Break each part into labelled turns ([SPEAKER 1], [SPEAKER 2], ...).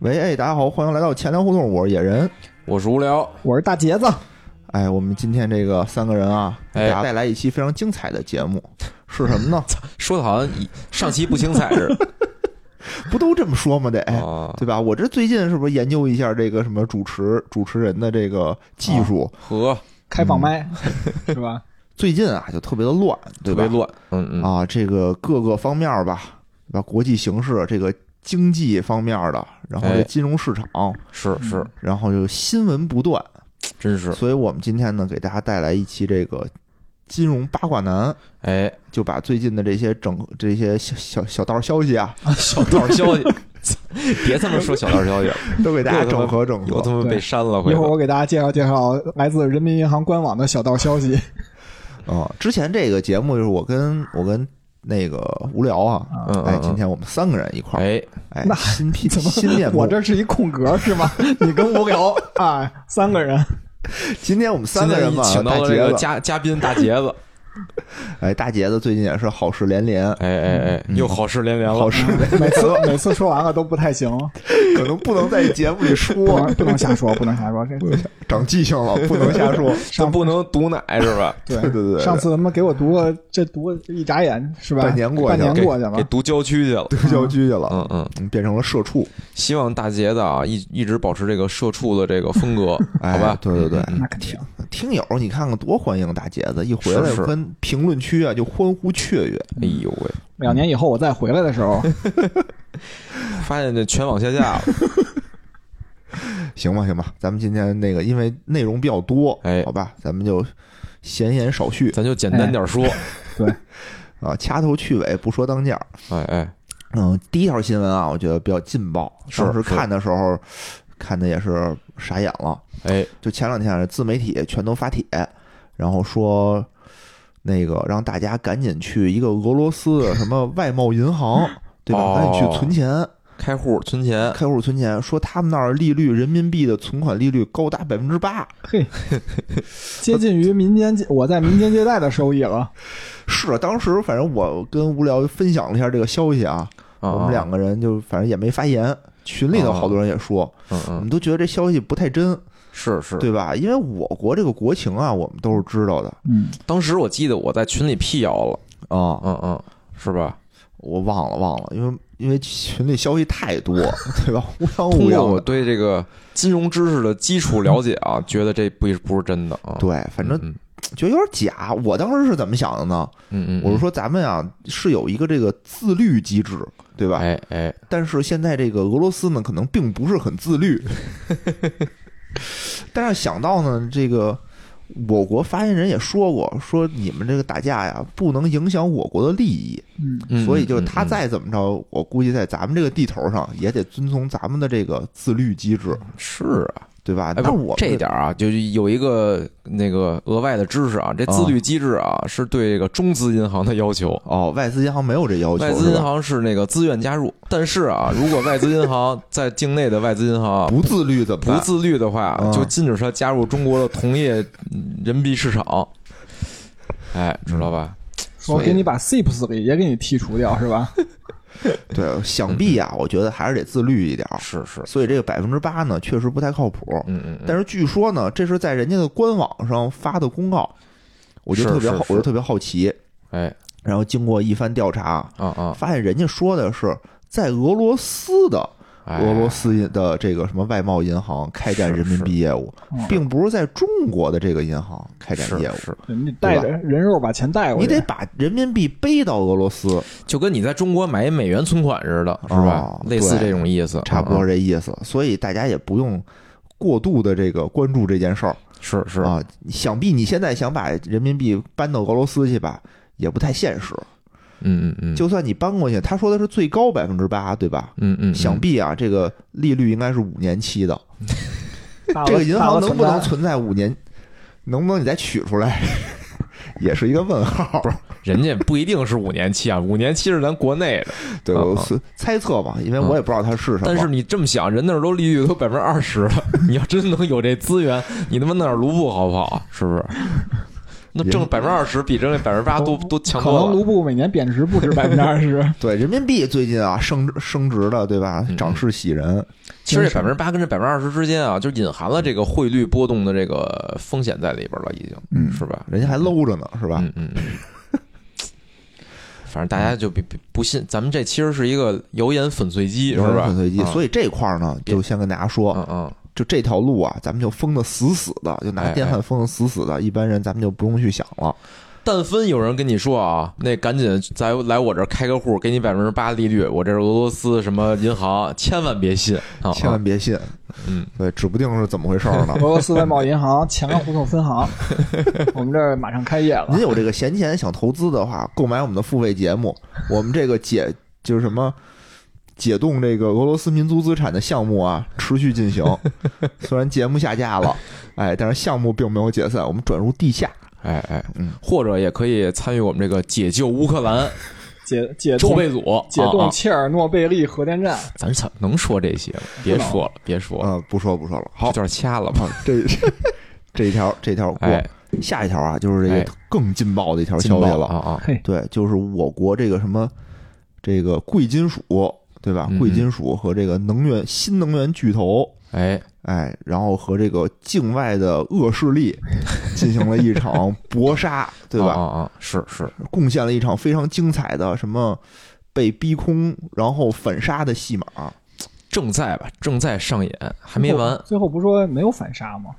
[SPEAKER 1] 喂，哎，大家好，欢迎来到钱粮胡同，我是野人。
[SPEAKER 2] 我是无聊，
[SPEAKER 3] 我是大杰子，
[SPEAKER 1] 哎，我们今天这个三个人啊，给
[SPEAKER 2] 哎
[SPEAKER 1] 大家带来一期非常精彩的节目，是什么 呢？
[SPEAKER 2] 说的好像以上期不精彩似 的
[SPEAKER 1] 不都这么说吗？得，
[SPEAKER 2] 啊，
[SPEAKER 1] 对吧？我这最近是不是研究一下这个什么主持主持人的这个
[SPEAKER 2] 哦
[SPEAKER 1] 技术？
[SPEAKER 2] 和
[SPEAKER 3] 开
[SPEAKER 1] 嗯
[SPEAKER 3] 放麦、是吧？
[SPEAKER 1] 最近啊，就特别的乱，对
[SPEAKER 2] 特
[SPEAKER 1] 吧？
[SPEAKER 2] 别乱，嗯嗯，
[SPEAKER 1] 啊，这个各个方面儿吧，对吧？国际形势，这个经济方面儿的，然后这
[SPEAKER 2] 哎
[SPEAKER 1] 金融市场，
[SPEAKER 2] 是是，
[SPEAKER 1] 然后就新闻不断。
[SPEAKER 2] 真是，
[SPEAKER 1] 所以我们今天呢，给大家带来一期这个金融八卦男，
[SPEAKER 2] 哎，
[SPEAKER 1] 就把最近的这些整这些小小小道消息 啊，
[SPEAKER 2] 小道消息， 别他妈说小道消息了，
[SPEAKER 1] 都给大家整合整
[SPEAKER 2] 又他
[SPEAKER 1] 合。
[SPEAKER 2] 妈被
[SPEAKER 3] 对
[SPEAKER 2] 删了，回
[SPEAKER 3] 一会儿
[SPEAKER 2] 头
[SPEAKER 3] 我给大家介绍介绍来自人民银行官网的小道消息。
[SPEAKER 1] 啊、之前这个节目就是我跟我跟那个无聊啊，
[SPEAKER 2] 嗯
[SPEAKER 1] 哎，
[SPEAKER 2] 嗯
[SPEAKER 1] 今
[SPEAKER 2] 嗯，
[SPEAKER 1] 天我们三个人一块儿，
[SPEAKER 2] 哎，
[SPEAKER 1] 哎
[SPEAKER 3] 那，
[SPEAKER 1] 新批
[SPEAKER 3] 怎么
[SPEAKER 1] 新面目。
[SPEAKER 3] 我这是一空格 是吗？你跟无聊啊，三个人，
[SPEAKER 1] 今天我们三
[SPEAKER 2] 今
[SPEAKER 1] 个
[SPEAKER 2] 天
[SPEAKER 1] 人
[SPEAKER 2] 一
[SPEAKER 1] 嘛，
[SPEAKER 2] 请到
[SPEAKER 1] 大
[SPEAKER 2] 了这
[SPEAKER 1] 杰
[SPEAKER 2] 个
[SPEAKER 1] 子，
[SPEAKER 2] 嘉嘉宾大杰子，
[SPEAKER 1] 哎，大杰子最近也是好事连连，
[SPEAKER 2] 哎哎哎，又好事连连了
[SPEAKER 1] 好，事连
[SPEAKER 3] 每次每次说完了都不太行，
[SPEAKER 1] 连，可能不能在节目里
[SPEAKER 3] 不
[SPEAKER 1] 说
[SPEAKER 3] 能，不能瞎说，不能瞎说。这
[SPEAKER 1] 长记性了，不能瞎说。
[SPEAKER 2] 但不能毒奶是吧？
[SPEAKER 3] 对
[SPEAKER 1] 对对对对
[SPEAKER 3] 上次他妈给我读了，这读了一眨眼是吧？
[SPEAKER 1] 半年过去
[SPEAKER 3] 半
[SPEAKER 1] 了
[SPEAKER 3] 年
[SPEAKER 2] 给
[SPEAKER 3] 过去了
[SPEAKER 2] 给，毒郊区去了，
[SPEAKER 1] 丢郊区去了，
[SPEAKER 2] 嗯嗯，
[SPEAKER 1] 嗯变成了社畜，
[SPEAKER 2] 希望大杰子啊一一直保持这个社畜的这个风格，好
[SPEAKER 1] 哎
[SPEAKER 2] 吧？嗯
[SPEAKER 1] 对对对，
[SPEAKER 3] 那肯定。
[SPEAKER 1] 听友你看看多欢迎大杰子，一回来
[SPEAKER 2] 是是
[SPEAKER 1] 跟评论区啊就欢呼雀跃，
[SPEAKER 2] 哎呦喂，
[SPEAKER 3] 两年以后我再回来的时候，
[SPEAKER 2] 发现这全往下架了，
[SPEAKER 1] 行吧行吧，咱们今天那个因为内容比较多，
[SPEAKER 2] 哎
[SPEAKER 1] 好吧，咱们就闲言少叙
[SPEAKER 2] 咱就简
[SPEAKER 1] 哎
[SPEAKER 2] 单点说，
[SPEAKER 1] 啊，掐头去尾，不说当件儿。
[SPEAKER 2] 哎哎，
[SPEAKER 1] 嗯，第一条新闻啊，我觉得比较劲爆，
[SPEAKER 2] 是
[SPEAKER 1] 当时
[SPEAKER 2] 是
[SPEAKER 1] 看的时候看的也是傻眼了。
[SPEAKER 2] 哎，
[SPEAKER 1] 就前两天啊自媒体全都发帖，然后说那个让大家赶紧去一个俄罗斯的什 么外贸银行，对吧？
[SPEAKER 2] 哦
[SPEAKER 1] 赶紧去存钱，
[SPEAKER 2] 开户存钱，
[SPEAKER 1] 开户存钱。说他们那儿利率，人民币的存款利率高达百分之八，
[SPEAKER 3] 嘿，接近于民间借我在民间借贷的收益了。
[SPEAKER 1] 是当时反正我跟无聊分享了一下这个消息啊，
[SPEAKER 2] 啊
[SPEAKER 1] 我们两个人就反正也没发言。群里头好多人也说，
[SPEAKER 2] 嗯
[SPEAKER 1] 我
[SPEAKER 2] 嗯，
[SPEAKER 1] 们都觉得这消息不太真，
[SPEAKER 2] 是是，
[SPEAKER 1] 对吧？因为我国这个国情啊，我们都是知道的
[SPEAKER 3] 嗯，
[SPEAKER 2] 当时我记得我在群里辟谣了，
[SPEAKER 1] 啊。
[SPEAKER 2] 嗯嗯，是吧？
[SPEAKER 1] 我忘了忘了，因为因为群里消息太多， 对吧？无聊
[SPEAKER 2] 通
[SPEAKER 1] 无
[SPEAKER 2] 过
[SPEAKER 1] 聊
[SPEAKER 2] 我
[SPEAKER 1] 哦的。
[SPEAKER 2] 对这个金融知识的基础了解啊，觉得这不不是真的啊。
[SPEAKER 1] 对，反正
[SPEAKER 2] 嗯
[SPEAKER 1] 觉得有点假。我当时是怎么想的呢？
[SPEAKER 2] 嗯嗯，
[SPEAKER 1] 我是
[SPEAKER 2] 说，
[SPEAKER 1] 说咱们啊是有一个这个自律机制，对吧？
[SPEAKER 2] 哎哎，
[SPEAKER 1] 但是现在这个俄罗斯呢，可能并不是很自 律。但是想到呢，这个我国发言人也说过，说你们这个打架呀，不能影响我国的利益，
[SPEAKER 3] 嗯，
[SPEAKER 2] 嗯
[SPEAKER 1] 所以就是
[SPEAKER 2] 嗯
[SPEAKER 1] 他
[SPEAKER 2] 嗯
[SPEAKER 1] 再怎么着，我估计在咱们这个地头上也得遵从咱们的这个自律机制。
[SPEAKER 2] 是啊，
[SPEAKER 1] 对吧？
[SPEAKER 2] 哎，
[SPEAKER 1] 那
[SPEAKER 2] 不是
[SPEAKER 1] 我
[SPEAKER 2] 这一
[SPEAKER 1] 们
[SPEAKER 2] 点啊，就是有一个那个额外的知识啊，这自律机制啊是对这个中资银行的要求。
[SPEAKER 1] 哦，外资银行没有这要求，
[SPEAKER 2] 外资
[SPEAKER 1] 是
[SPEAKER 2] 银
[SPEAKER 1] 吧
[SPEAKER 2] 行是那个自愿加入，但是啊，如果外资银行在境内的外资银行啊
[SPEAKER 1] 不自律怎么
[SPEAKER 2] 不
[SPEAKER 1] 办？
[SPEAKER 2] 自律的话，
[SPEAKER 1] 嗯
[SPEAKER 2] 就禁止他加入中国的同业嗯人民币市场。哎，知道吧？
[SPEAKER 3] 我
[SPEAKER 2] 所以
[SPEAKER 3] 给你把 SIPS 里也给你剔除掉是吧？
[SPEAKER 1] 对，想必啊，我觉得还是得自律一点儿。
[SPEAKER 2] 是是，
[SPEAKER 1] 所以这个百分之八呢，确实不太靠谱。
[SPEAKER 2] 嗯嗯嗯，
[SPEAKER 1] 但是据说呢，这是在人家的官网上发的公告，我就是特别
[SPEAKER 2] 是
[SPEAKER 1] 好，
[SPEAKER 2] 是
[SPEAKER 1] 我就特别好奇。
[SPEAKER 2] 哎，
[SPEAKER 1] 然后经过一番调查，
[SPEAKER 2] 啊啊，
[SPEAKER 1] 发现人家说的是在俄罗斯的
[SPEAKER 2] 哎
[SPEAKER 1] 俄罗斯的这个什么外贸银行开展
[SPEAKER 2] 是
[SPEAKER 1] 人民币业务
[SPEAKER 3] 是，
[SPEAKER 1] 并不是在中国的这个银行开展
[SPEAKER 2] 是
[SPEAKER 1] 业务。
[SPEAKER 2] 是，哎
[SPEAKER 3] 你带着人肉把钱带过
[SPEAKER 1] 你
[SPEAKER 3] 去，
[SPEAKER 1] 得把人民币背到俄罗斯，
[SPEAKER 2] 就跟你在中国买一美元存款似的，是吧
[SPEAKER 1] 哦？
[SPEAKER 2] 类似
[SPEAKER 1] 对
[SPEAKER 2] 这种意思，
[SPEAKER 1] 差不多
[SPEAKER 2] 嗯。嗯
[SPEAKER 1] 这意思。所以大家也不用过度的这个关注这件事儿
[SPEAKER 2] 是是，
[SPEAKER 1] 啊。想必你现在想把人民币搬到俄罗斯去吧，也不太现实。
[SPEAKER 2] 嗯嗯嗯，
[SPEAKER 1] 就算你搬过去，他说的是最高百分之八，对吧？
[SPEAKER 2] 嗯嗯，嗯
[SPEAKER 1] 想必啊，这个利率应该是五年期的。
[SPEAKER 2] 啊
[SPEAKER 3] 大额
[SPEAKER 1] 这个银行能不
[SPEAKER 3] 大
[SPEAKER 1] 能
[SPEAKER 3] 额存
[SPEAKER 1] 存在五年？能不能你再取出来， 也是一个问号。
[SPEAKER 2] 人家不一定是五年期啊，五年期是咱国内的，
[SPEAKER 1] 对，
[SPEAKER 2] 啊
[SPEAKER 1] 我
[SPEAKER 2] 啊
[SPEAKER 1] 是猜测吧，因为我也不知道它是什么。
[SPEAKER 2] 嗯但是你这么想，人那儿都利率都百分之二 啊十了，你要真能有这资源，你他妈弄点卢布好不好？是不是？那挣百分之二十比挣这百分之八多多强
[SPEAKER 3] 可
[SPEAKER 2] 多
[SPEAKER 3] 能
[SPEAKER 2] 了。
[SPEAKER 3] 卢布每年贬值不止百分之 二十，
[SPEAKER 1] 对，人民币最近啊升升值了，对吧？
[SPEAKER 2] 嗯
[SPEAKER 1] 涨势喜人，
[SPEAKER 2] 其实这
[SPEAKER 3] 真是
[SPEAKER 2] 百分之八跟这百分之二十之间啊，就隐含了这个汇率波动的这个风险在里边了，已经，
[SPEAKER 1] 嗯
[SPEAKER 2] 是吧？
[SPEAKER 1] 人家还搂着呢，是吧？
[SPEAKER 2] 嗯嗯嗯。 反正大家就别别不信，咱们这其实是一个谣言粉碎机，是吧？
[SPEAKER 1] 粉碎机，所
[SPEAKER 2] 以
[SPEAKER 1] 以这块儿呢，
[SPEAKER 2] 别
[SPEAKER 1] 就先跟大家说，
[SPEAKER 2] 嗯嗯，
[SPEAKER 1] 就这条路啊，咱们就封的死死的，就
[SPEAKER 2] 哎
[SPEAKER 1] 拿
[SPEAKER 2] 哎
[SPEAKER 1] 电焊封的死死的，一般人咱们就不用去想了。
[SPEAKER 2] 但凡有人跟你说啊，那赶紧再来我这儿开个户，给你百分之八利率，我这是俄罗斯什么银行，千万别信啊！
[SPEAKER 1] 千万别信，
[SPEAKER 2] 嗯，
[SPEAKER 1] 对，指不定是怎么回事儿 呢
[SPEAKER 3] 俄。罗斯外贸银行前港胡同 分行，我们这儿马上开业了
[SPEAKER 1] 您。有这个闲钱想投资的话，购买我们的付费节目，我们这个解就是什么解冻这个俄罗斯民族资产的项目啊，持续进 行。虽然节目下架了，哎，但是项目并没有解散，我们转入地下。
[SPEAKER 2] 哎哎
[SPEAKER 1] 嗯，
[SPEAKER 2] 或者也可以参与我们这个解救乌克兰
[SPEAKER 3] 解解
[SPEAKER 2] 周
[SPEAKER 3] 冻
[SPEAKER 2] 贝组
[SPEAKER 3] 解
[SPEAKER 2] 啊
[SPEAKER 3] 冻
[SPEAKER 2] 啊
[SPEAKER 3] 切尔诺贝利核 电站，
[SPEAKER 2] 咱操，能说这些吗？别说了，别说了，
[SPEAKER 1] 呃，不说不说了，
[SPEAKER 2] 这
[SPEAKER 1] 好，嗯
[SPEAKER 2] 段掐了吧。
[SPEAKER 1] 这 这一条这一条过，
[SPEAKER 2] 哎，
[SPEAKER 1] 下一条啊，就是这
[SPEAKER 2] 哎
[SPEAKER 1] 个更劲爆的一条
[SPEAKER 2] 劲
[SPEAKER 1] 消息
[SPEAKER 2] 爆
[SPEAKER 1] 了。
[SPEAKER 2] 啊啊！
[SPEAKER 3] 嘿，
[SPEAKER 1] 对，就是我国这个什么这个贵金属，对吧
[SPEAKER 2] 嗯嗯？
[SPEAKER 1] 贵金属和这个能源新能源巨头，
[SPEAKER 2] 哎，
[SPEAKER 1] 哎，然后和这个境外的恶势 力进行了一场搏杀，对
[SPEAKER 2] 啊
[SPEAKER 1] 吧？
[SPEAKER 2] 啊啊，是是，
[SPEAKER 1] 贡献了一场非常精彩的什么被逼空然后反杀的戏码。
[SPEAKER 2] 正在吧，正在上演，还没完。
[SPEAKER 3] 最后不说没有反杀吗？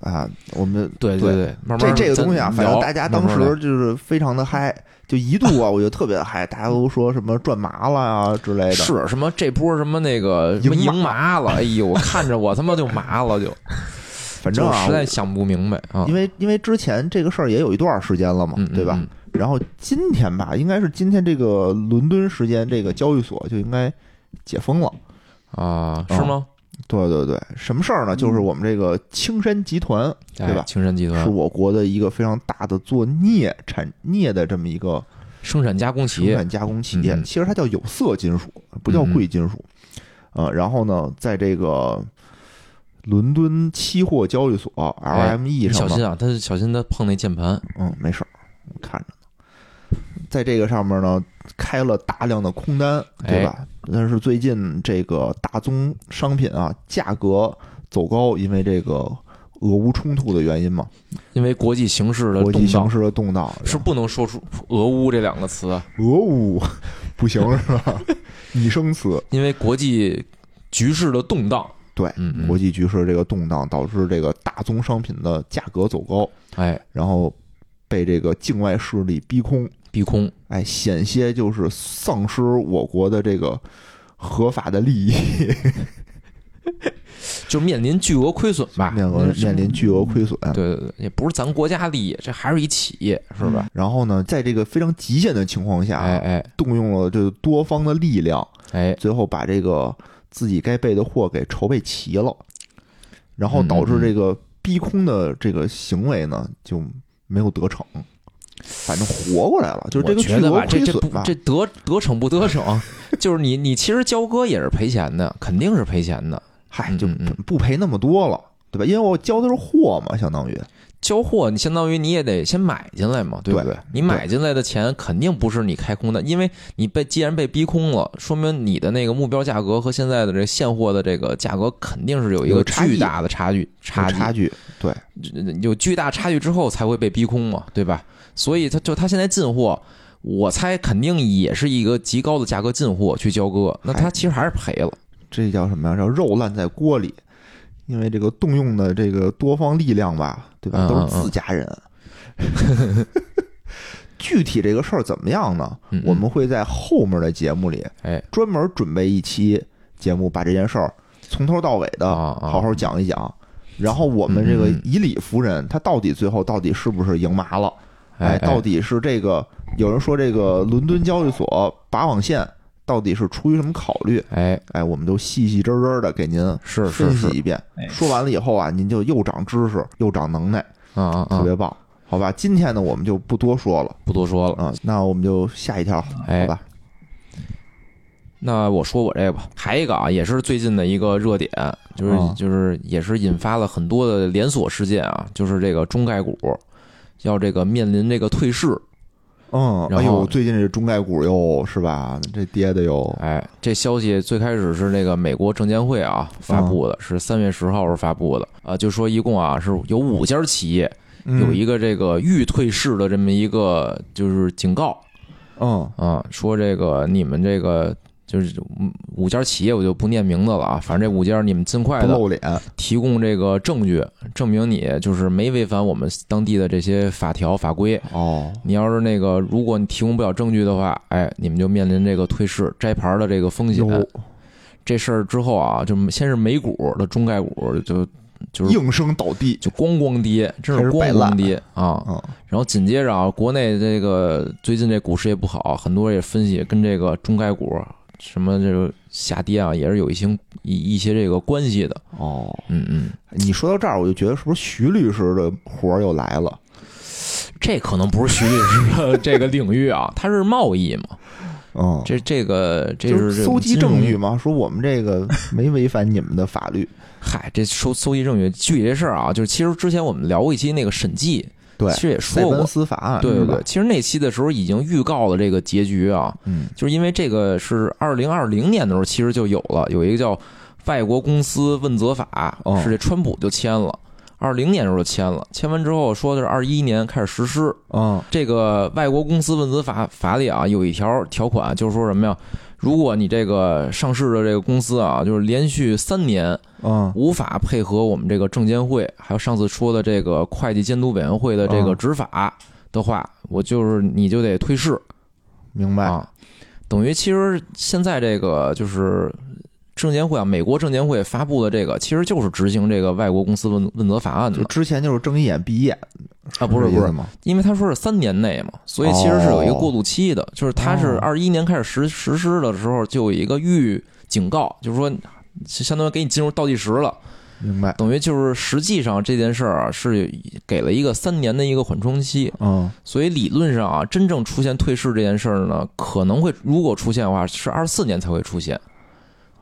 [SPEAKER 1] 啊，我们
[SPEAKER 2] 对
[SPEAKER 1] 对
[SPEAKER 2] 对，慢慢
[SPEAKER 1] 这这个东西啊，
[SPEAKER 2] 咱
[SPEAKER 1] 反正
[SPEAKER 2] 聊
[SPEAKER 1] 大家当
[SPEAKER 2] 慢慢
[SPEAKER 1] 时
[SPEAKER 2] 来
[SPEAKER 1] 就是非常的嗨，就一度啊，我就特别的嗨，大家都说什么赚麻了啊之类的。
[SPEAKER 2] 是什么这波什么那个什么
[SPEAKER 1] 赢
[SPEAKER 2] 赢
[SPEAKER 1] 麻
[SPEAKER 2] 麻了，哎呦，我看着我他妈就麻了，就
[SPEAKER 1] 反正
[SPEAKER 2] 就
[SPEAKER 1] 啊
[SPEAKER 2] 实，在想不明白啊
[SPEAKER 1] 因。为因为之前这个事儿也有一段时间了嘛
[SPEAKER 2] 嗯，嗯
[SPEAKER 1] 对吧？
[SPEAKER 2] 嗯
[SPEAKER 1] 然后今天吧，应该是今天这个伦敦时间，这个交易所就应该解封了。
[SPEAKER 2] 啊，是吗？
[SPEAKER 1] 对对对，什么事儿呢？就是
[SPEAKER 2] 嗯
[SPEAKER 1] 我们这个青山集团，嗯对
[SPEAKER 2] 哎
[SPEAKER 1] 吧？
[SPEAKER 2] 青山集
[SPEAKER 1] 是
[SPEAKER 2] 团
[SPEAKER 1] 我国的一个非常大的做镍产镍的这么一个
[SPEAKER 2] 生产加工企
[SPEAKER 1] 生
[SPEAKER 2] 业，
[SPEAKER 1] 产加工企业
[SPEAKER 2] 嗯嗯，嗯
[SPEAKER 1] 其实它叫有色金属，不叫贵金属。呃，然后呢，在这个伦敦期货交易所
[SPEAKER 2] 哎
[SPEAKER 1] LME
[SPEAKER 2] 你
[SPEAKER 1] 上
[SPEAKER 2] 小心
[SPEAKER 1] 呢，
[SPEAKER 2] 啊，他小心他碰那键盘。
[SPEAKER 1] 嗯，没事儿，我看着呢，在这个上面呢开了大量的空单，对
[SPEAKER 2] 哎
[SPEAKER 1] 吧？但是最近这个大宗商品啊价格走高，因为这个俄乌冲突的原因嘛，
[SPEAKER 2] 因为国际形势的
[SPEAKER 1] 国际
[SPEAKER 2] 动
[SPEAKER 1] 形
[SPEAKER 2] 荡
[SPEAKER 1] 势的动荡
[SPEAKER 2] 是不能说出“俄乌”这两个词，
[SPEAKER 1] 俄乌不行是吧？拟声词。
[SPEAKER 2] 因为国际局势的动荡。
[SPEAKER 1] 对
[SPEAKER 2] 嗯，嗯
[SPEAKER 1] 国际局势这个动荡导致这个大宗商品的价格走高，
[SPEAKER 2] 哎，
[SPEAKER 1] 然后被这个境外势力逼空，
[SPEAKER 2] 逼空，
[SPEAKER 1] 哎，险些就是丧失我国的这个合法的利益，
[SPEAKER 2] 就面临巨额亏损 吧？嗯
[SPEAKER 1] 面额面临巨额亏损。
[SPEAKER 2] 啊对对对，也不是咱国家利益，这还是一企业，是吧？
[SPEAKER 1] 然后呢，在这个非常极限的情况下，
[SPEAKER 2] 哎哎
[SPEAKER 1] 动用了这多方的力量，
[SPEAKER 2] 哎，
[SPEAKER 1] 最后把这个自己该备的货给筹备齐了，然后导
[SPEAKER 2] 嗯
[SPEAKER 1] 致这个逼空的这个行为呢就没有得逞，反正活过来了，就是这个
[SPEAKER 2] 我
[SPEAKER 1] 巨
[SPEAKER 2] 觉得
[SPEAKER 1] 额
[SPEAKER 2] 吧，这
[SPEAKER 1] 亏
[SPEAKER 2] 这
[SPEAKER 1] 损
[SPEAKER 2] 不这得得逞不得逞， 就是你你其实交割也是赔钱的，肯定是赔钱的。
[SPEAKER 1] 嗨
[SPEAKER 2] 嗯
[SPEAKER 1] 就
[SPEAKER 2] 嗯嗯
[SPEAKER 1] 不赔那么多了。对吧？因为我交的是货嘛，相当于
[SPEAKER 2] 交货，你相当于你也得先买进来嘛，对不
[SPEAKER 1] 对
[SPEAKER 2] 你买进来的钱肯定不是你开空的，因为你被既然被逼空了，说明你的那个目标价格和现在的这个现货的这个价格肯定是有一
[SPEAKER 1] 有
[SPEAKER 2] 个
[SPEAKER 1] 差异
[SPEAKER 2] 巨大的差距，
[SPEAKER 1] 有
[SPEAKER 2] 差距
[SPEAKER 1] 差距，对，
[SPEAKER 2] 有巨大差距之后才会被逼空嘛，对吧？所以他就他现在进货，我猜肯定也是一个极高的价格进货去交割，那他
[SPEAKER 1] 哎
[SPEAKER 2] 其实还是赔了。
[SPEAKER 1] 这叫什么呀？叫肉烂在锅里。因为这个动用的这个多方力量吧，对吧？
[SPEAKER 2] 嗯
[SPEAKER 1] 都
[SPEAKER 2] 嗯
[SPEAKER 1] 是
[SPEAKER 2] 嗯
[SPEAKER 1] 自家人。 具体这个事儿怎么样呢？
[SPEAKER 2] 嗯
[SPEAKER 1] 我们会在后面的节目里，
[SPEAKER 2] 哎，
[SPEAKER 1] 专门准备一期节目，把这件事儿从头到尾的
[SPEAKER 2] 啊啊
[SPEAKER 1] 好好讲一讲。然后我们这个
[SPEAKER 2] 嗯嗯
[SPEAKER 1] 以理服人，他到底最后到底是不是赢麻了？
[SPEAKER 2] 哎
[SPEAKER 1] 哎，到底是这个有人说这个伦敦交易所拔网线到底是出于什么考虑？
[SPEAKER 2] 哎，
[SPEAKER 1] 哎，我们都细细真真的给您
[SPEAKER 2] 是是
[SPEAKER 1] 分析
[SPEAKER 2] 是，
[SPEAKER 1] 一遍
[SPEAKER 3] 哎。
[SPEAKER 1] 说完了以后啊，您就又长知识，又长能耐，
[SPEAKER 2] 啊啊
[SPEAKER 1] 特
[SPEAKER 2] 啊，
[SPEAKER 1] 别棒，好吧？今天呢，我们就不多说了
[SPEAKER 2] 不多说了。
[SPEAKER 1] 啊，那我们就下一条，好
[SPEAKER 2] 哎
[SPEAKER 1] 吧？
[SPEAKER 2] 那我说我这个吧，还一个啊，也是最近的一个热点，就是
[SPEAKER 1] 啊
[SPEAKER 2] 就是也是引发了很多的连锁事件啊，就是这个中概股，要这个面临这个退市。
[SPEAKER 1] 嗯，
[SPEAKER 2] 然
[SPEAKER 1] 哎
[SPEAKER 2] 后
[SPEAKER 1] 呦，最近这中概股又是吧，这跌的又，
[SPEAKER 2] 哎，这消息最开始是那个美国证监会啊发布的，是三月十号时发布的。啊，就说一共啊是有五家企业哎
[SPEAKER 1] 嗯
[SPEAKER 2] 有一个这个预退市的这么一个就是警告
[SPEAKER 1] 嗯
[SPEAKER 2] 啊，说这个你们这个。就是嗯五家企业，我就不念名字了啊。反正这五家，你们尽快
[SPEAKER 1] 不
[SPEAKER 2] 的
[SPEAKER 1] 露脸，
[SPEAKER 2] 提供这个证据，证明你就是没违反我们当地的这些法条法规。
[SPEAKER 1] 哦，
[SPEAKER 2] 你要是那个，如果你提供不了证据的话，哎，你们就面临这个退市、摘牌的这个风险。
[SPEAKER 1] 有
[SPEAKER 2] 这事儿之后啊，就先是美股的中概股就就是
[SPEAKER 1] 应声倒地，
[SPEAKER 2] 就咣咣跌，真
[SPEAKER 1] 开
[SPEAKER 2] 是
[SPEAKER 1] 始摆
[SPEAKER 2] 咣
[SPEAKER 1] 烂
[SPEAKER 2] 咣跌啊！
[SPEAKER 1] 嗯
[SPEAKER 2] 然后紧接着啊，国内这个最近这股市也不好，很多人也分析跟这个中概股什么这个下跌啊，也是有一些一一些这个关系的。
[SPEAKER 1] 哦，
[SPEAKER 2] 嗯嗯，
[SPEAKER 1] 你说到这儿，我就觉得是不是徐律师的活儿又来了？
[SPEAKER 2] 这可能不是徐律师的这个领域啊，它是贸易嘛，
[SPEAKER 1] 嗯，
[SPEAKER 2] 这这个这
[SPEAKER 1] 就是
[SPEAKER 2] 这种
[SPEAKER 1] 搜集
[SPEAKER 2] 金融
[SPEAKER 1] 证据嘛，说我们这个没违反你们的法律，
[SPEAKER 2] 嗨，这收搜集证据，具体这事儿啊，就是其实之前我们聊过一期那个审计，
[SPEAKER 1] 对
[SPEAKER 2] 其实也
[SPEAKER 1] 塞
[SPEAKER 2] 说
[SPEAKER 1] 班
[SPEAKER 2] 过，
[SPEAKER 1] 斯法案，
[SPEAKER 2] 对
[SPEAKER 1] 是
[SPEAKER 2] 对
[SPEAKER 1] 吧
[SPEAKER 2] 对，，其实那期的时候已经预告了这个结局啊，
[SPEAKER 1] 嗯
[SPEAKER 2] 就是因为这个是二零二零年的时候，其实就有了，有一个叫《外国公司问责法》
[SPEAKER 1] 哦
[SPEAKER 2] 是这川普就签了。二零年的时候就签了，签完之后说的是二一年开始实施。
[SPEAKER 1] 嗯
[SPEAKER 2] 这个《外国公司问责法》法里啊有一条条款，就是说什么呀？如果你这个上市的这个公司啊，就是连续三年
[SPEAKER 1] 嗯
[SPEAKER 2] 无法配合我们这个证监会，还有上次说的这个啊会计监督委员会的这个
[SPEAKER 1] 嗯
[SPEAKER 2] 执法的话，我就是你就得退市
[SPEAKER 1] 明白，
[SPEAKER 2] 啊。等于其实现在这个就是证监会啊，美国证监会发布的这个，其实就是执行这个外国公司问问责法案
[SPEAKER 1] 就
[SPEAKER 2] 的
[SPEAKER 1] 之前就是睁一眼闭一眼
[SPEAKER 2] 啊，嗯不是
[SPEAKER 1] 这意
[SPEAKER 2] 不
[SPEAKER 1] 思
[SPEAKER 2] 是，
[SPEAKER 1] 吗？
[SPEAKER 2] 因为他说是三年内嘛，所以其实是有一个过渡期的，就是他是
[SPEAKER 1] 哦
[SPEAKER 2] 二一年开始实实施的时候就有一个预警告，就是说相当于给你进入倒计时了。
[SPEAKER 1] 明白，
[SPEAKER 2] 等于就是实际上这件事儿啊是给了一个三年的一个缓冲期，
[SPEAKER 1] 嗯
[SPEAKER 2] 所以理论上啊，真正出现退市这件事儿呢，可能会如果出现的话是二四年才会出现。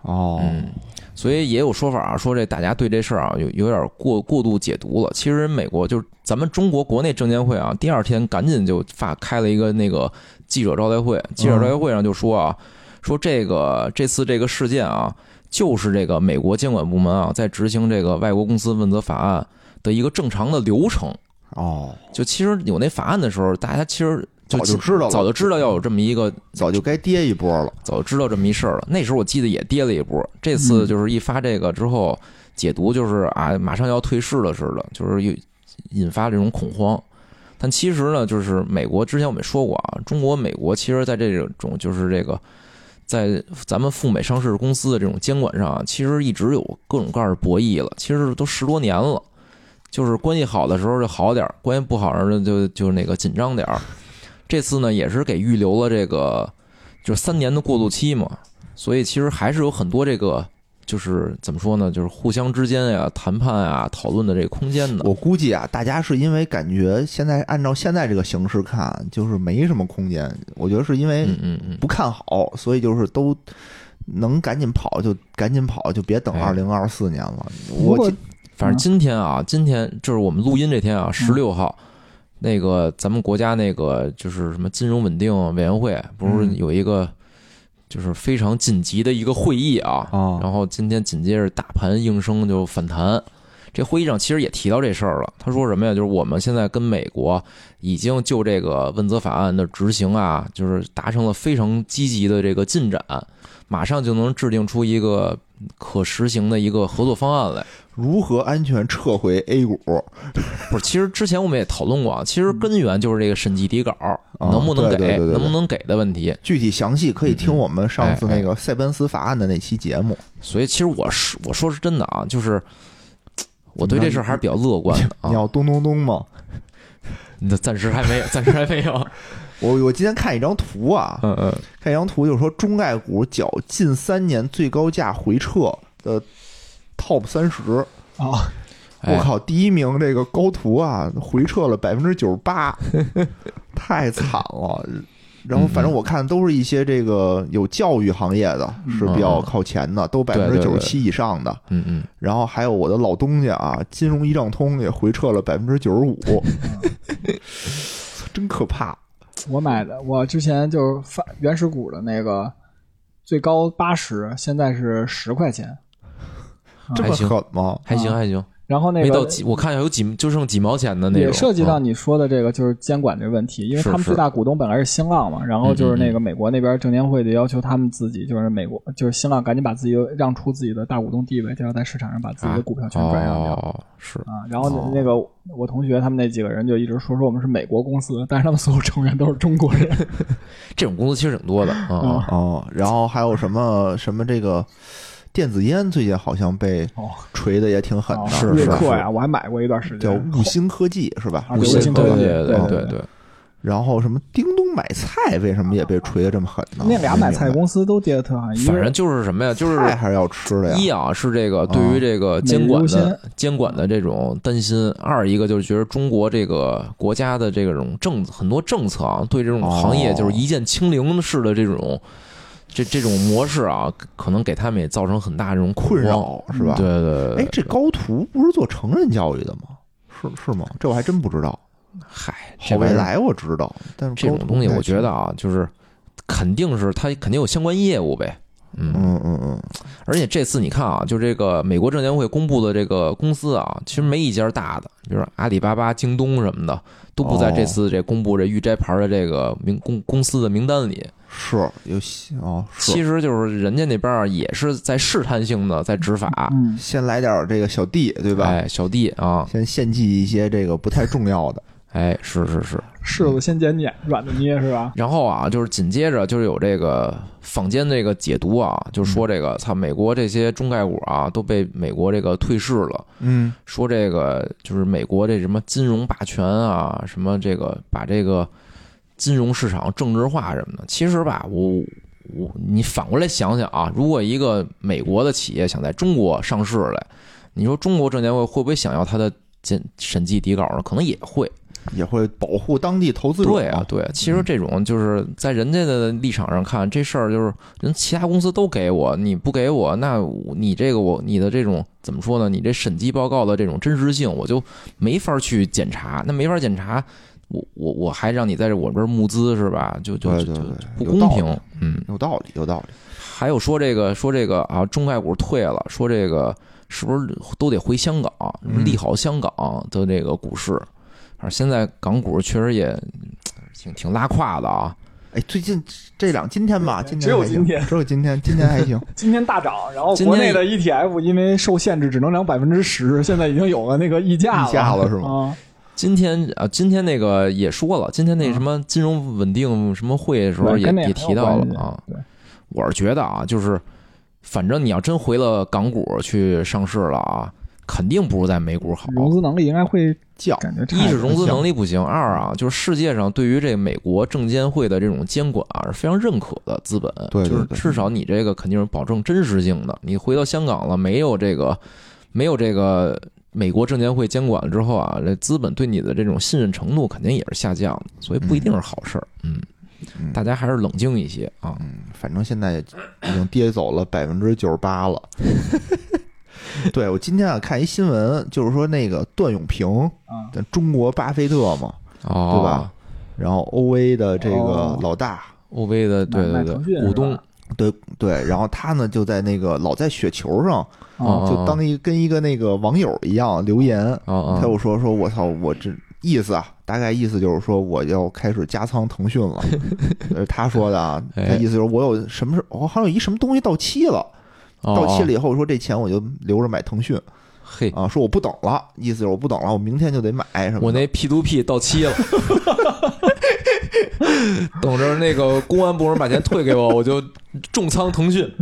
[SPEAKER 1] 哦，
[SPEAKER 2] 嗯，所以也有说法啊，说这大家对这事儿啊有有点过过度解读了。其实美国就是咱们中国国内证监会啊，第二天赶紧就发开了一个那个记者招待会，记者招待会上就说啊，说这个这次这个事件啊，就是这个美国监管部门啊在执行这个外国公司问责法案的一个正常的流程。
[SPEAKER 1] 哦，
[SPEAKER 2] 就其实有那法案的时候，大家其实就
[SPEAKER 1] 早就知道了
[SPEAKER 2] 早就知道要有这么一个
[SPEAKER 1] 早就该跌一波了，
[SPEAKER 2] 早就知道这么一事儿了。那时候我记得也跌了一波，这次就是一发这个之后，解读就是啊，马上要退市了似的，就是又引发这种恐慌。但其实呢，就是美国之前我们说过啊，中国、美国其实在这种就是这个在咱们赴美上市公司的这种监管上啊，其实一直有各种各样的博弈了，其实都十多年了。就是关系好的时候就好点儿，关系不好的时候就就那个紧张点儿。这次呢，也是给预留了这个就是三年的过渡期嘛，所以其实还是有很多这个就是怎么说呢，就是互相之间呀、谈判啊、讨论的这个空间的。
[SPEAKER 1] 我估计啊，大家是因为感觉现在按照现在这个形势看，就是没什么空间，我觉得是因为
[SPEAKER 2] 嗯嗯嗯，
[SPEAKER 1] 不看好，所以就是都能赶紧跑就赶紧跑，就别等
[SPEAKER 2] 哎
[SPEAKER 1] 二零二四年了。
[SPEAKER 3] 不过
[SPEAKER 1] 我
[SPEAKER 2] 反
[SPEAKER 1] 嗯
[SPEAKER 2] 正今天啊，今天就是我们录音这天啊，十六号，那个咱们国家那个就是什么金融稳定委员会，不是
[SPEAKER 1] 嗯
[SPEAKER 2] 有一个就是非常紧急的一个会议啊，
[SPEAKER 1] 哦
[SPEAKER 2] 然后今天紧接着大盘应声就反弹。这会议上其实也提到这事儿了，他说什么呀？就是我们现在跟美国已经就这个问责法案的执行啊，就是达成了非常积极的这个进展，马上就能制定出一个可实行的一个合作方案来。
[SPEAKER 1] 如何安全撤回 A 股？
[SPEAKER 2] 不是，其实之前我们也讨论过啊，其实根源就是这个审计底稿能不能给，
[SPEAKER 1] 对对对对
[SPEAKER 2] 能不能给的问题。
[SPEAKER 1] 具体详细可以听我们上次
[SPEAKER 2] 嗯嗯哎
[SPEAKER 1] 那个塞班斯法案的那期节目。
[SPEAKER 2] 所以其实我是我说是真的啊，就是我对这事儿还是比较乐观的
[SPEAKER 1] 你
[SPEAKER 2] 啊。
[SPEAKER 1] 要咚咚咚吗？
[SPEAKER 2] 那暂时还没有， 暂时还没有。
[SPEAKER 1] 我我今天看一张图啊，
[SPEAKER 2] 嗯嗯，
[SPEAKER 1] 看一张图就是说中概股较近三年最高价回撤的 top 三十。
[SPEAKER 3] 啊，
[SPEAKER 1] 我
[SPEAKER 2] 哎，
[SPEAKER 1] 靠，第一名这个 高途啊，回撤了百分之九十八，太惨了。然后反正我看都是一些这个有教育行业的
[SPEAKER 2] 嗯
[SPEAKER 1] 是比较靠前的，都百分之
[SPEAKER 2] 对对
[SPEAKER 1] 九
[SPEAKER 2] 对
[SPEAKER 1] 十七以上的。
[SPEAKER 2] 嗯嗯，
[SPEAKER 1] 然后还有我的老东家啊，金融一账通也回撤了百分之九十 五，真可怕。
[SPEAKER 3] 我买的，我之前就是发原始股的那个，最高八十，现在是十块钱。
[SPEAKER 1] 这么
[SPEAKER 2] 还行
[SPEAKER 1] 狠吗？
[SPEAKER 2] 还行
[SPEAKER 3] 啊
[SPEAKER 2] 还行，
[SPEAKER 3] 然后那
[SPEAKER 2] 没到
[SPEAKER 3] 个
[SPEAKER 2] 几，我看有几就剩几毛钱的那种，
[SPEAKER 3] 也涉及到
[SPEAKER 2] 嗯
[SPEAKER 3] 你说的这个就是监管这个问题，因为
[SPEAKER 2] 是
[SPEAKER 3] 他们
[SPEAKER 2] 是嗯
[SPEAKER 3] 最大股东本来是新浪嘛，然后就是那个美国那边证监会就要求他们自己就是美国就是新浪赶紧把自己让出自己的大股东地位，就要在市场上把自己的股票全转让掉。
[SPEAKER 2] 啊哦，是
[SPEAKER 3] 啊，然后那那个我同学他们那几个人就一直说说我们是美国公司，但是他们所有成员都是中国 人。
[SPEAKER 2] 这种公司其实挺多的啊，
[SPEAKER 1] 哦，然后还有什么什么这个电子烟，最近好像被
[SPEAKER 3] 哦，
[SPEAKER 1] 锤的也挺狠
[SPEAKER 3] 啊
[SPEAKER 1] 的，
[SPEAKER 2] 是
[SPEAKER 3] 瑞
[SPEAKER 2] 是
[SPEAKER 3] 克呀，我还买过一段时间，
[SPEAKER 1] 叫悟新科技是吧？
[SPEAKER 3] 啊
[SPEAKER 2] 五
[SPEAKER 3] 对
[SPEAKER 2] 星
[SPEAKER 3] 星
[SPEAKER 2] 对
[SPEAKER 3] 科技
[SPEAKER 2] 对
[SPEAKER 3] 对
[SPEAKER 2] 对
[SPEAKER 3] 对
[SPEAKER 2] 对，
[SPEAKER 1] 然后什么叮咚买菜，为什么也被锤的这么狠
[SPEAKER 2] 啊
[SPEAKER 1] 呢？
[SPEAKER 3] 那俩买菜
[SPEAKER 1] 我
[SPEAKER 3] 公司都跌得特狠，一个
[SPEAKER 2] 反正就是什么呀，就是
[SPEAKER 1] 菜还是要吃的
[SPEAKER 2] 一
[SPEAKER 1] 呀。
[SPEAKER 2] 啊是这个对于这个监管
[SPEAKER 3] 每日优
[SPEAKER 2] 的监管的这种担心，二一个就是觉得中国这个国家的这种政很多政策啊，对这种行业
[SPEAKER 1] 哦
[SPEAKER 2] 就是一键清零式的这种这这种模式啊，可能给他们也造成很大这种恐
[SPEAKER 1] 困
[SPEAKER 2] 慌，
[SPEAKER 1] 扰是吧？
[SPEAKER 2] 对对对
[SPEAKER 1] 哎，，这高途不是做成人教育的吗？是是吗？这我还真不知道。
[SPEAKER 2] 嗨，
[SPEAKER 1] 好
[SPEAKER 2] 这
[SPEAKER 1] 未
[SPEAKER 2] 玩意儿
[SPEAKER 1] 来我知道，但是
[SPEAKER 2] 这种
[SPEAKER 1] 高途
[SPEAKER 2] 东西，
[SPEAKER 1] 不太
[SPEAKER 2] 我觉
[SPEAKER 1] 清
[SPEAKER 2] 得，啊，就是肯定是它肯定有相关业务呗。嗯，
[SPEAKER 1] 嗯嗯嗯，
[SPEAKER 2] 而且这次你看啊，就这个美国证监会公布的这个公司啊，其实没一家大的，比如说阿里巴巴、京东什么的，都不在
[SPEAKER 1] 哦
[SPEAKER 2] 这次这公布这预摘牌的这个名公公司的名单里。
[SPEAKER 1] 是有戏哦，是
[SPEAKER 2] 其实就是人家那边啊，也是在试探性的在执法，
[SPEAKER 3] 嗯，
[SPEAKER 1] 先来点这个小弟，对吧？
[SPEAKER 2] 哎，小弟啊，
[SPEAKER 1] 先献祭一些这个不太重要 的。
[SPEAKER 2] 哎，是是是。
[SPEAKER 3] 柿子先捡捡，软的捏是吧？
[SPEAKER 2] 然后啊，就是紧接着就是有这个坊间这个解读啊，就说
[SPEAKER 1] 嗯
[SPEAKER 2] 这个操，美国这些中概股啊都被美国这个退市了，
[SPEAKER 1] 嗯，
[SPEAKER 2] 说这个就是美国这什么金融霸权啊，什么这个把这个金融市场政治化什么的。其实吧，我我你反过来想想啊，如果一个美国的企业想在中国上市来，你说中国证监会会不会想要它的检审计底稿呢？可能也会。
[SPEAKER 1] 也会保护当地投资者。嗯
[SPEAKER 2] 对啊，，对，其实这种就是在人家的立场上看，这事儿就是人其他公司都给我，你不给我，那我你这个我你的这种怎么说呢？你这审计报告的这种真实性，我就没法去检查，那没法检查，我我我还让你在这我这儿募资是吧？就就
[SPEAKER 1] 对
[SPEAKER 2] 就
[SPEAKER 1] 对
[SPEAKER 2] 就
[SPEAKER 1] 对
[SPEAKER 2] 不
[SPEAKER 1] 有道
[SPEAKER 2] 公
[SPEAKER 1] 理
[SPEAKER 2] 平，嗯。
[SPEAKER 1] 有道理，有道理。
[SPEAKER 2] 还有说这个说这个啊，中概股退了，说这个是不是都得回香港，
[SPEAKER 1] 嗯
[SPEAKER 2] 利好香港的这个股市？反正现在港股确实也嗯挺挺拉胯的啊。
[SPEAKER 1] 哎，最近这两今天吧，今天
[SPEAKER 3] 只有
[SPEAKER 1] 还行
[SPEAKER 3] 今天
[SPEAKER 1] 只有今天，今天还行。
[SPEAKER 3] 今天大涨，然后
[SPEAKER 2] 今
[SPEAKER 3] 国
[SPEAKER 2] 天
[SPEAKER 3] 内的 ETF 因为受限制只能涨百分之十，现在已经有了那个溢价了，啊
[SPEAKER 1] 溢价了是吗
[SPEAKER 3] 吗？
[SPEAKER 2] 今天啊，今天那个也说了，今天那什么金融稳定什么会的时候
[SPEAKER 3] 嗯对
[SPEAKER 2] 也
[SPEAKER 3] 跟那
[SPEAKER 2] 也
[SPEAKER 3] 很有
[SPEAKER 2] 提到
[SPEAKER 3] 关
[SPEAKER 2] 了
[SPEAKER 3] 系
[SPEAKER 2] 啊
[SPEAKER 3] 对。
[SPEAKER 2] 我是觉得啊，就是反正你要真回了港股去上市了啊，肯定不如在美股好。
[SPEAKER 3] 融资能力应该会
[SPEAKER 1] 叫
[SPEAKER 3] 感觉差
[SPEAKER 2] 一
[SPEAKER 3] 点
[SPEAKER 2] 是融资能力不行，二啊就是世界上对于这美国证监会的这种监管啊是非常认可的资本，
[SPEAKER 1] 对对
[SPEAKER 2] 就
[SPEAKER 1] 对
[SPEAKER 2] 是至少你这个肯定是保证真实性的。你回到香港了，没有这个没有这个美国证监会监管了之后啊，这资本对你的这种信任程度肯定也是下降的，所以不一定是好事儿。嗯，
[SPEAKER 1] 嗯
[SPEAKER 2] 大家还是冷静一些啊。
[SPEAKER 1] 反正现在已经跌走了百分之九十八 了。对我今天啊看一新闻，就是说那个段永平，
[SPEAKER 3] 啊，
[SPEAKER 1] 咱中国巴菲特嘛，
[SPEAKER 2] 哦，
[SPEAKER 1] 对吧？然后 OA 的这个
[SPEAKER 3] 哦
[SPEAKER 1] 老大，
[SPEAKER 2] ？OV 的对
[SPEAKER 3] 买
[SPEAKER 2] 对
[SPEAKER 3] 买腾
[SPEAKER 2] 对，
[SPEAKER 3] 讯是吧
[SPEAKER 2] 股东
[SPEAKER 1] 对对，然后他呢就在那个老在雪球上，
[SPEAKER 3] 啊
[SPEAKER 2] 哦
[SPEAKER 1] 就当一跟一个那个网友一样留言，
[SPEAKER 2] 啊
[SPEAKER 1] 他
[SPEAKER 2] 啊
[SPEAKER 1] 又说说我操，我这意思啊，大概意思就是说我要开始加仓腾讯 了，呃，他说的啊，
[SPEAKER 2] 哎
[SPEAKER 1] 他意思就是我有什么事，我好像有一什么东西到期了，
[SPEAKER 2] 哦
[SPEAKER 1] 到期了
[SPEAKER 2] 哦
[SPEAKER 1] 以后说这钱我就留着买腾讯
[SPEAKER 2] 嘿，
[SPEAKER 1] 啊，说我不等了，意思就是我不等了，我明天就得买什么
[SPEAKER 3] 嗯
[SPEAKER 1] 的。
[SPEAKER 2] 我那 P to P 到期了，等着那个公安部门把钱退给我，我就重仓腾讯。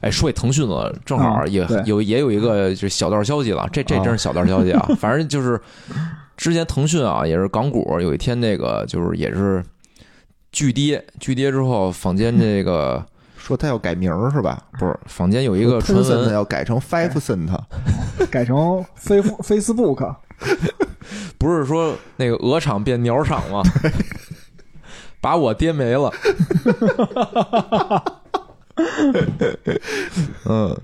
[SPEAKER 2] 哎，说起腾讯了，正好
[SPEAKER 3] 嗯
[SPEAKER 2] 也
[SPEAKER 3] 对
[SPEAKER 2] 有也有一个就是小道消息了，这这真是小道消息啊！
[SPEAKER 3] 嗯
[SPEAKER 2] 反正就是之前腾讯啊，也是港股，有一天那个就是也是巨跌，巨跌之后，坊间这个
[SPEAKER 1] 说他要改名儿是吧？
[SPEAKER 2] 不是坊间有一个传
[SPEAKER 1] Tencent
[SPEAKER 2] 闻，
[SPEAKER 1] 要改成 Five Cent，
[SPEAKER 3] 改成 Face Facebook，
[SPEAKER 2] 不是说那个鹅厂变鸟厂吗？把我跌没了。嗯，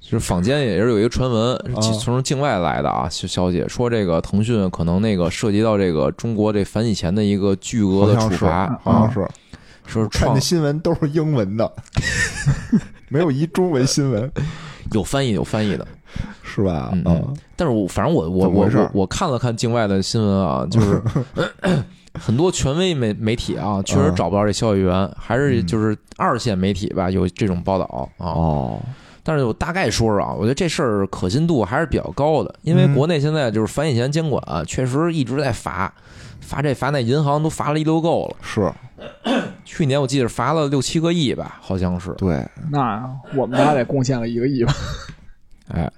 [SPEAKER 2] 就是坊间也是有一个传闻，
[SPEAKER 1] 啊
[SPEAKER 2] 是从境外来的啊，消消息说这个腾讯可能那个涉及到这个中国这反洗钱的一个巨额的
[SPEAKER 1] 好像
[SPEAKER 2] 处
[SPEAKER 1] 是
[SPEAKER 2] 罚，啊
[SPEAKER 1] 好像是。
[SPEAKER 2] 说是
[SPEAKER 1] 看
[SPEAKER 2] 创
[SPEAKER 1] 的新闻都是英文 的，没有一中文新闻，
[SPEAKER 2] 有翻译有翻译的，
[SPEAKER 1] 是吧？
[SPEAKER 2] 嗯
[SPEAKER 1] 啊
[SPEAKER 2] 嗯，但是我反正我我
[SPEAKER 1] 怎么
[SPEAKER 2] 我
[SPEAKER 1] 回事
[SPEAKER 2] 我我看了看境外的新闻啊，就是 很多权威媒媒体啊，确实
[SPEAKER 1] 嗯
[SPEAKER 2] 找不到这消息源，还是
[SPEAKER 1] 嗯
[SPEAKER 2] 就是二线媒体吧，有这种报道啊。
[SPEAKER 1] 哦，
[SPEAKER 2] 但是我大概说说啊，我觉得这事儿可信度还是比较高的，因为
[SPEAKER 1] 嗯
[SPEAKER 2] 国内现在就是反洗钱监管啊、确实一直在罚，罚这罚那，银行都罚了一溜够了。
[SPEAKER 1] 是
[SPEAKER 2] 去年我记得罚了六七个亿吧，好像是。
[SPEAKER 1] 对，
[SPEAKER 3] 那我们家得贡献了一个亿吧？
[SPEAKER 2] 哎，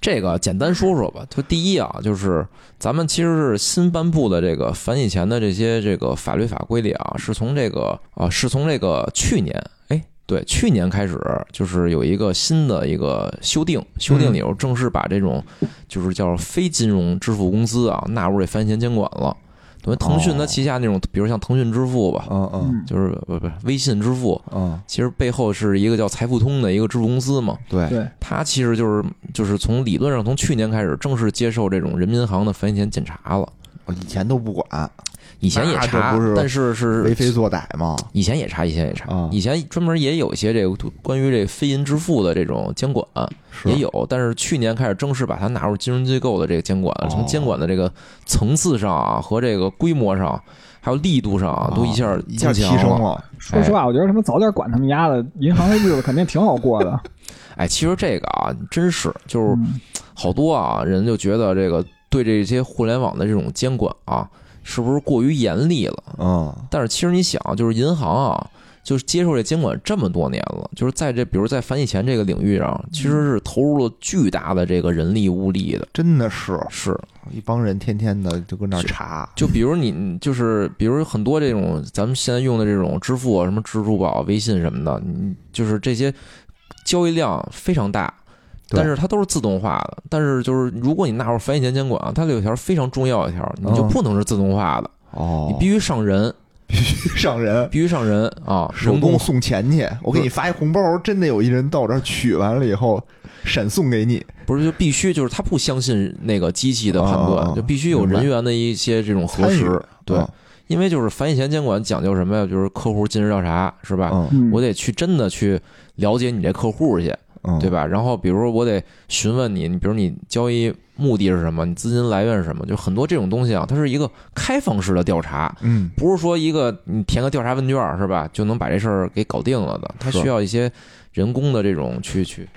[SPEAKER 2] 这个简单说说吧。就第一啊，就是咱们其实是新颁布的这个反洗钱的这些这个法律法规里啊，是从这个啊，是从这个去年，哎，对，去年开始就是有一个新的一个修订，修订里头正式把这种就是叫非金融支付公司啊纳入这反洗钱监管了。等于腾讯它
[SPEAKER 1] 哦
[SPEAKER 2] 旗下那种，比如像腾讯支付吧，
[SPEAKER 1] 嗯嗯
[SPEAKER 3] 嗯，
[SPEAKER 2] 就是不不微信支付，
[SPEAKER 1] 嗯，
[SPEAKER 2] 其实背后是一个叫财付通的一个支付公司嘛。
[SPEAKER 1] 对，
[SPEAKER 3] 对，
[SPEAKER 2] 他其实就是就是从理论上从去年开始正式接受这种人民银行的反洗钱检查了，
[SPEAKER 1] 我以前都不管，
[SPEAKER 2] 以前也
[SPEAKER 1] 那这
[SPEAKER 2] 查，
[SPEAKER 1] 不是
[SPEAKER 2] 但是
[SPEAKER 1] 为
[SPEAKER 2] 是
[SPEAKER 1] 非作歹嘛。
[SPEAKER 2] 以前也查，以前也查，
[SPEAKER 1] 啊
[SPEAKER 2] 以前专门也有一些这个关于这非银支付的这种监管
[SPEAKER 1] 是
[SPEAKER 2] 也有，但是去年开始正式把它纳入金融机构的这个监
[SPEAKER 1] 哦
[SPEAKER 2] 管，从监管的这个层次上啊和这个规模上，还有力度上啊，都一下
[SPEAKER 1] 啊一下
[SPEAKER 2] 增
[SPEAKER 1] 提
[SPEAKER 2] 强
[SPEAKER 1] 升
[SPEAKER 2] 了。
[SPEAKER 1] 了，
[SPEAKER 3] 说实话，我觉得他们早点管他们家的银行的日子肯定挺好过的。
[SPEAKER 2] 哎，其实这个啊，真是就是。
[SPEAKER 3] 嗯
[SPEAKER 2] 好多啊人就觉得这个对这些互联网的这种监管啊，是不是过于严厉了？
[SPEAKER 1] 嗯，
[SPEAKER 2] 但是其实你想，就是银行啊，就是接受这监管这么多年了，就是在这比如在反洗钱这个领域上，其实是投入了巨大的这个人力物力的。
[SPEAKER 1] 真的是
[SPEAKER 2] 是，
[SPEAKER 1] 一帮人天天的就跟那儿查，
[SPEAKER 2] 就比如你就是，比如很多这种咱们现在用的这种支付啊，什么支付宝、微信什么的，你就是这些交易量非常大，
[SPEAKER 1] 对
[SPEAKER 2] 但是它都是自动化的。但是就是如果你纳入反洗钱监管啊，它有一条非常重要的一条，你就
[SPEAKER 1] 嗯
[SPEAKER 2] 不能是自动化的，
[SPEAKER 1] 哦
[SPEAKER 2] 你必须上人，
[SPEAKER 1] 必须上人。
[SPEAKER 2] 必须上人啊，
[SPEAKER 1] 手
[SPEAKER 2] 人
[SPEAKER 1] 动
[SPEAKER 2] 工
[SPEAKER 1] 送钱去，我给你发一红包，真的有一人到我这儿取完了以后，闪送给你。
[SPEAKER 2] 不是就必须就是他不相信那个机器的判
[SPEAKER 1] 哦哦
[SPEAKER 2] 断，
[SPEAKER 1] 哦
[SPEAKER 2] 就必须有
[SPEAKER 1] 明白
[SPEAKER 2] 人员的一些这种核
[SPEAKER 1] 参与
[SPEAKER 2] 实。对
[SPEAKER 1] 嗯
[SPEAKER 2] 因为就是反洗钱监管讲究什么呀？就是客户尽职调查，是吧？
[SPEAKER 1] 嗯
[SPEAKER 3] 嗯，
[SPEAKER 2] 我得去真的去了解你这客户去，
[SPEAKER 1] 嗯，
[SPEAKER 2] 对吧？然后比如说我得询问你，你比如你交易目的是什么，你资金来源是什么，就很多这种东西啊，它是一个开放式的调查，
[SPEAKER 1] 嗯，
[SPEAKER 2] 不是说一个你填个调查问卷儿是吧，就能把这事儿给搞定了的，它
[SPEAKER 1] 是
[SPEAKER 2] 需要一些人工的这种去去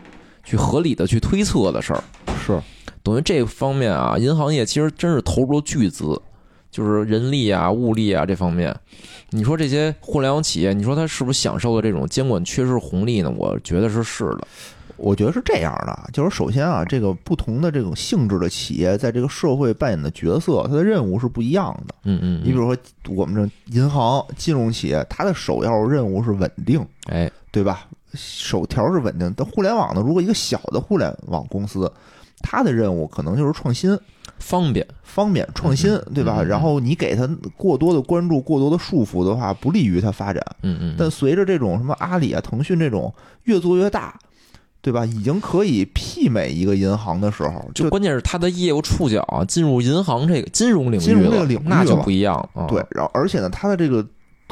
[SPEAKER 2] 去合理的去推测的事儿。
[SPEAKER 1] 嗯是
[SPEAKER 2] 等于这方面啊，银行业其实真是投入了巨资，就是人力啊、物力啊这方面。你说这些互联网企业，你说它是不是享受了这种监管缺失红利呢？我觉得是是的。
[SPEAKER 1] 我觉得是这样的，就是首先啊，这个不同的这种性质的企业，在这个社会扮演的角色，它的任务是不一样的。
[SPEAKER 2] 嗯嗯，嗯
[SPEAKER 1] 你比，如说，我们这银行、金融企业，它的首要任务是稳定，
[SPEAKER 2] 哎，
[SPEAKER 1] 对吧？首条是稳定。但互联网呢，如果一个小的互联网公司，它的任务可能就是创新、
[SPEAKER 2] 方便，
[SPEAKER 1] 方便、创新，对吧？
[SPEAKER 2] 嗯嗯
[SPEAKER 1] 然后你给它过多的关注、过多的束缚的话，不利于它发展。
[SPEAKER 2] 嗯嗯，
[SPEAKER 1] 但随着这种什么阿里啊、腾讯这种越做越大，对吧？已经可以媲美一个银行的时候，
[SPEAKER 2] 就
[SPEAKER 1] 就
[SPEAKER 2] 关键是它的业务触角啊，进入银行这个金融领域了，
[SPEAKER 1] 金融这个领域
[SPEAKER 2] 那就
[SPEAKER 1] 了
[SPEAKER 2] 不一样了。啊
[SPEAKER 1] 对，，然后而且呢，它的这个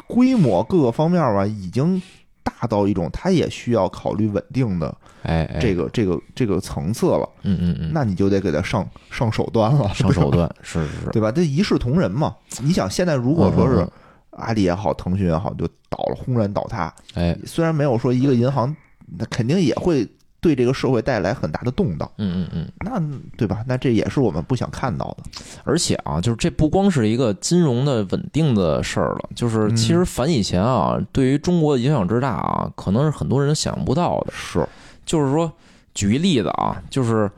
[SPEAKER 1] 规模各个方面吧，已经大到一种，它也需要考虑稳定的
[SPEAKER 2] 哎哎，
[SPEAKER 1] 这个这个这个层次了，
[SPEAKER 2] 嗯嗯嗯，
[SPEAKER 1] 那你就得给它上上手段了，
[SPEAKER 2] 上手段是是是，
[SPEAKER 1] 对吧？这一视同仁嘛。你想，现在如果说
[SPEAKER 2] 嗯
[SPEAKER 1] 是
[SPEAKER 2] 嗯
[SPEAKER 1] 阿里也好，腾讯也好，就倒了，轰然倒塌，
[SPEAKER 2] 哎，
[SPEAKER 1] 虽然没有说一个银行，那肯定也会对这个社会带来很大的动荡。
[SPEAKER 2] 嗯嗯嗯。
[SPEAKER 1] 那对吧？那这也是我们不想看到的。
[SPEAKER 2] 而且啊，就是这不光是一个金融的稳定的事儿了，就是其实反洗钱啊，对于中国的影响之大啊，可能是很多人想象不到的。
[SPEAKER 1] 是，
[SPEAKER 2] 就是说，举一例子啊，就是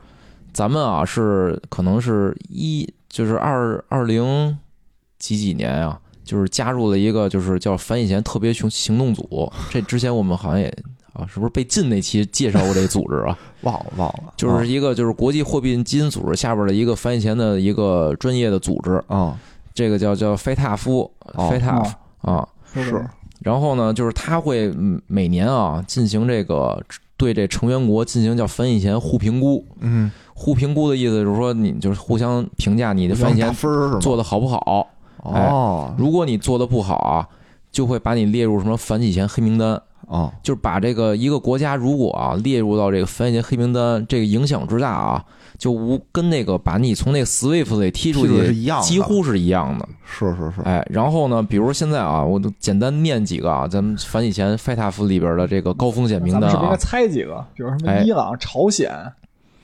[SPEAKER 2] 咱们啊是可能是一就是二二零几几年啊，就是加入了一个就是叫反洗钱特别行行动组，这之前我们好像也啊，是不是被禁那期介绍过这组织啊？
[SPEAKER 1] 忘了忘了，
[SPEAKER 2] 就是一个就是国际货币基金组织下边的一个反洗钱的一个专业的组织。
[SPEAKER 1] 啊，
[SPEAKER 2] 这个叫叫菲塔夫
[SPEAKER 1] 哦
[SPEAKER 2] 菲塔
[SPEAKER 3] 哦
[SPEAKER 2] 啊，
[SPEAKER 3] 收回来
[SPEAKER 1] 是
[SPEAKER 2] 然后呢，就是他会嗯每年啊进行这个对这成员国进行叫翻译前互评估。
[SPEAKER 1] 嗯，
[SPEAKER 2] 互评估的意思就是说，你就是互相评价你的翻译
[SPEAKER 1] 打
[SPEAKER 2] 前
[SPEAKER 1] 分儿是吗？
[SPEAKER 2] 做哎的好不好。
[SPEAKER 1] 哦
[SPEAKER 2] 如果你做的不好啊，就会把你列入什么反洗钱黑名单。
[SPEAKER 1] 哦，
[SPEAKER 2] 就是把这个一个国家如果啊列入到这个翻译前黑名单，这个影响之大啊，就无跟那个把你从那个 SWIFT 里踢
[SPEAKER 1] 技
[SPEAKER 2] 出
[SPEAKER 1] 术是
[SPEAKER 2] 去
[SPEAKER 1] 一样的，
[SPEAKER 2] 几乎是一样的。
[SPEAKER 1] 是是是，
[SPEAKER 2] 哎，然后呢，比如现在啊，我都简单念几个啊，咱们反洗钱 FATF 里边的这个高风险名
[SPEAKER 3] 哎咱
[SPEAKER 2] 单
[SPEAKER 3] 们是不是应
[SPEAKER 2] 啊，
[SPEAKER 3] 该猜几个？比如什么
[SPEAKER 2] 哎
[SPEAKER 3] 伊朗、朝鲜、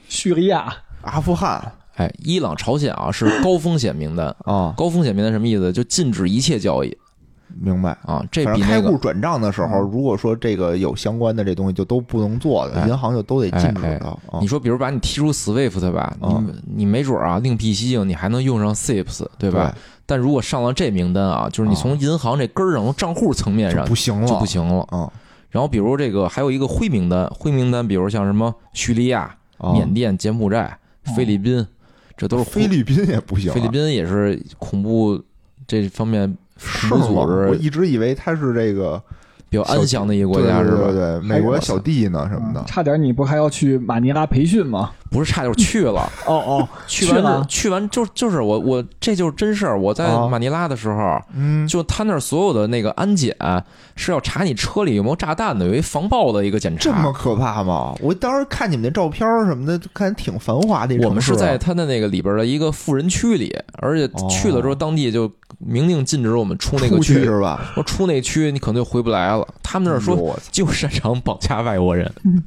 [SPEAKER 3] 叙利亚，
[SPEAKER 1] 阿富汗
[SPEAKER 2] 哎，伊朗、朝鲜啊是高风险名单。
[SPEAKER 1] 啊，
[SPEAKER 2] 高风险名单什么意思？就禁止一切交易
[SPEAKER 1] 明白。
[SPEAKER 2] 啊，这
[SPEAKER 1] 反
[SPEAKER 2] 比
[SPEAKER 1] 正
[SPEAKER 2] 那
[SPEAKER 1] 开户
[SPEAKER 2] 个
[SPEAKER 1] 转账的时候，
[SPEAKER 3] 嗯
[SPEAKER 1] 如果说这个有相关的这东西，就都不能做的，
[SPEAKER 2] 哎
[SPEAKER 1] 银行就都得禁止
[SPEAKER 2] 哎
[SPEAKER 1] 的。啊
[SPEAKER 2] 你说，比如把你踢出 SWIFT 吧，
[SPEAKER 1] 啊
[SPEAKER 2] 你你没准啊另辟蹊径，你还能用上 SIPS，对
[SPEAKER 1] 对
[SPEAKER 2] 吧？？但如果上了这名单啊，就是你
[SPEAKER 1] 啊
[SPEAKER 2] 从银行这根儿上、从账户层面
[SPEAKER 1] 就
[SPEAKER 2] 上
[SPEAKER 1] 不行了，
[SPEAKER 2] 就不。行了。
[SPEAKER 1] 啊
[SPEAKER 2] 然后比如这个还有一个灰名单，灰名单比如像什么叙利亚、
[SPEAKER 1] 啊！
[SPEAKER 2] 缅甸、柬埔寨、菲律宾，这都是
[SPEAKER 1] 哦菲律宾也不行啊，
[SPEAKER 2] 菲律宾也是恐怖这方面
[SPEAKER 1] 是
[SPEAKER 2] 恐
[SPEAKER 1] 吗？
[SPEAKER 2] 怖组织
[SPEAKER 1] 我一直以为他是这个
[SPEAKER 2] 比较安详的一个国
[SPEAKER 1] 对
[SPEAKER 2] 家，
[SPEAKER 1] 对
[SPEAKER 2] 是
[SPEAKER 1] 对
[SPEAKER 2] 吧？
[SPEAKER 1] 对，美国小弟呢什么
[SPEAKER 3] 嗯
[SPEAKER 1] 的，
[SPEAKER 3] 差点你不还要去马尼拉培训吗？
[SPEAKER 2] 不是差点去了，
[SPEAKER 3] 哦哦，
[SPEAKER 2] 去
[SPEAKER 3] 去
[SPEAKER 2] 完
[SPEAKER 3] 了
[SPEAKER 2] 去完就就是我我这就是真事儿。我在
[SPEAKER 1] 啊
[SPEAKER 2] 马尼拉的时候，
[SPEAKER 1] 嗯，
[SPEAKER 2] 就他那儿所有的那个安检是要查你车里有没有炸弹的，有一防爆的一个检
[SPEAKER 1] 这么
[SPEAKER 2] 查。
[SPEAKER 1] 可怕吗？我当时看你们那照片儿什么的，看挺繁华的一城市啊。
[SPEAKER 2] 我们是在他的那个里边的一个富人区里，而且
[SPEAKER 1] 哦
[SPEAKER 2] 去了之后，当地就明令禁止我们出那个
[SPEAKER 1] 出去
[SPEAKER 2] 区。
[SPEAKER 1] 是吧？
[SPEAKER 2] 说出那区你可能就回不来了。他们那儿
[SPEAKER 1] 哎
[SPEAKER 2] 说
[SPEAKER 1] 呦我操
[SPEAKER 2] 就擅长绑架外国人，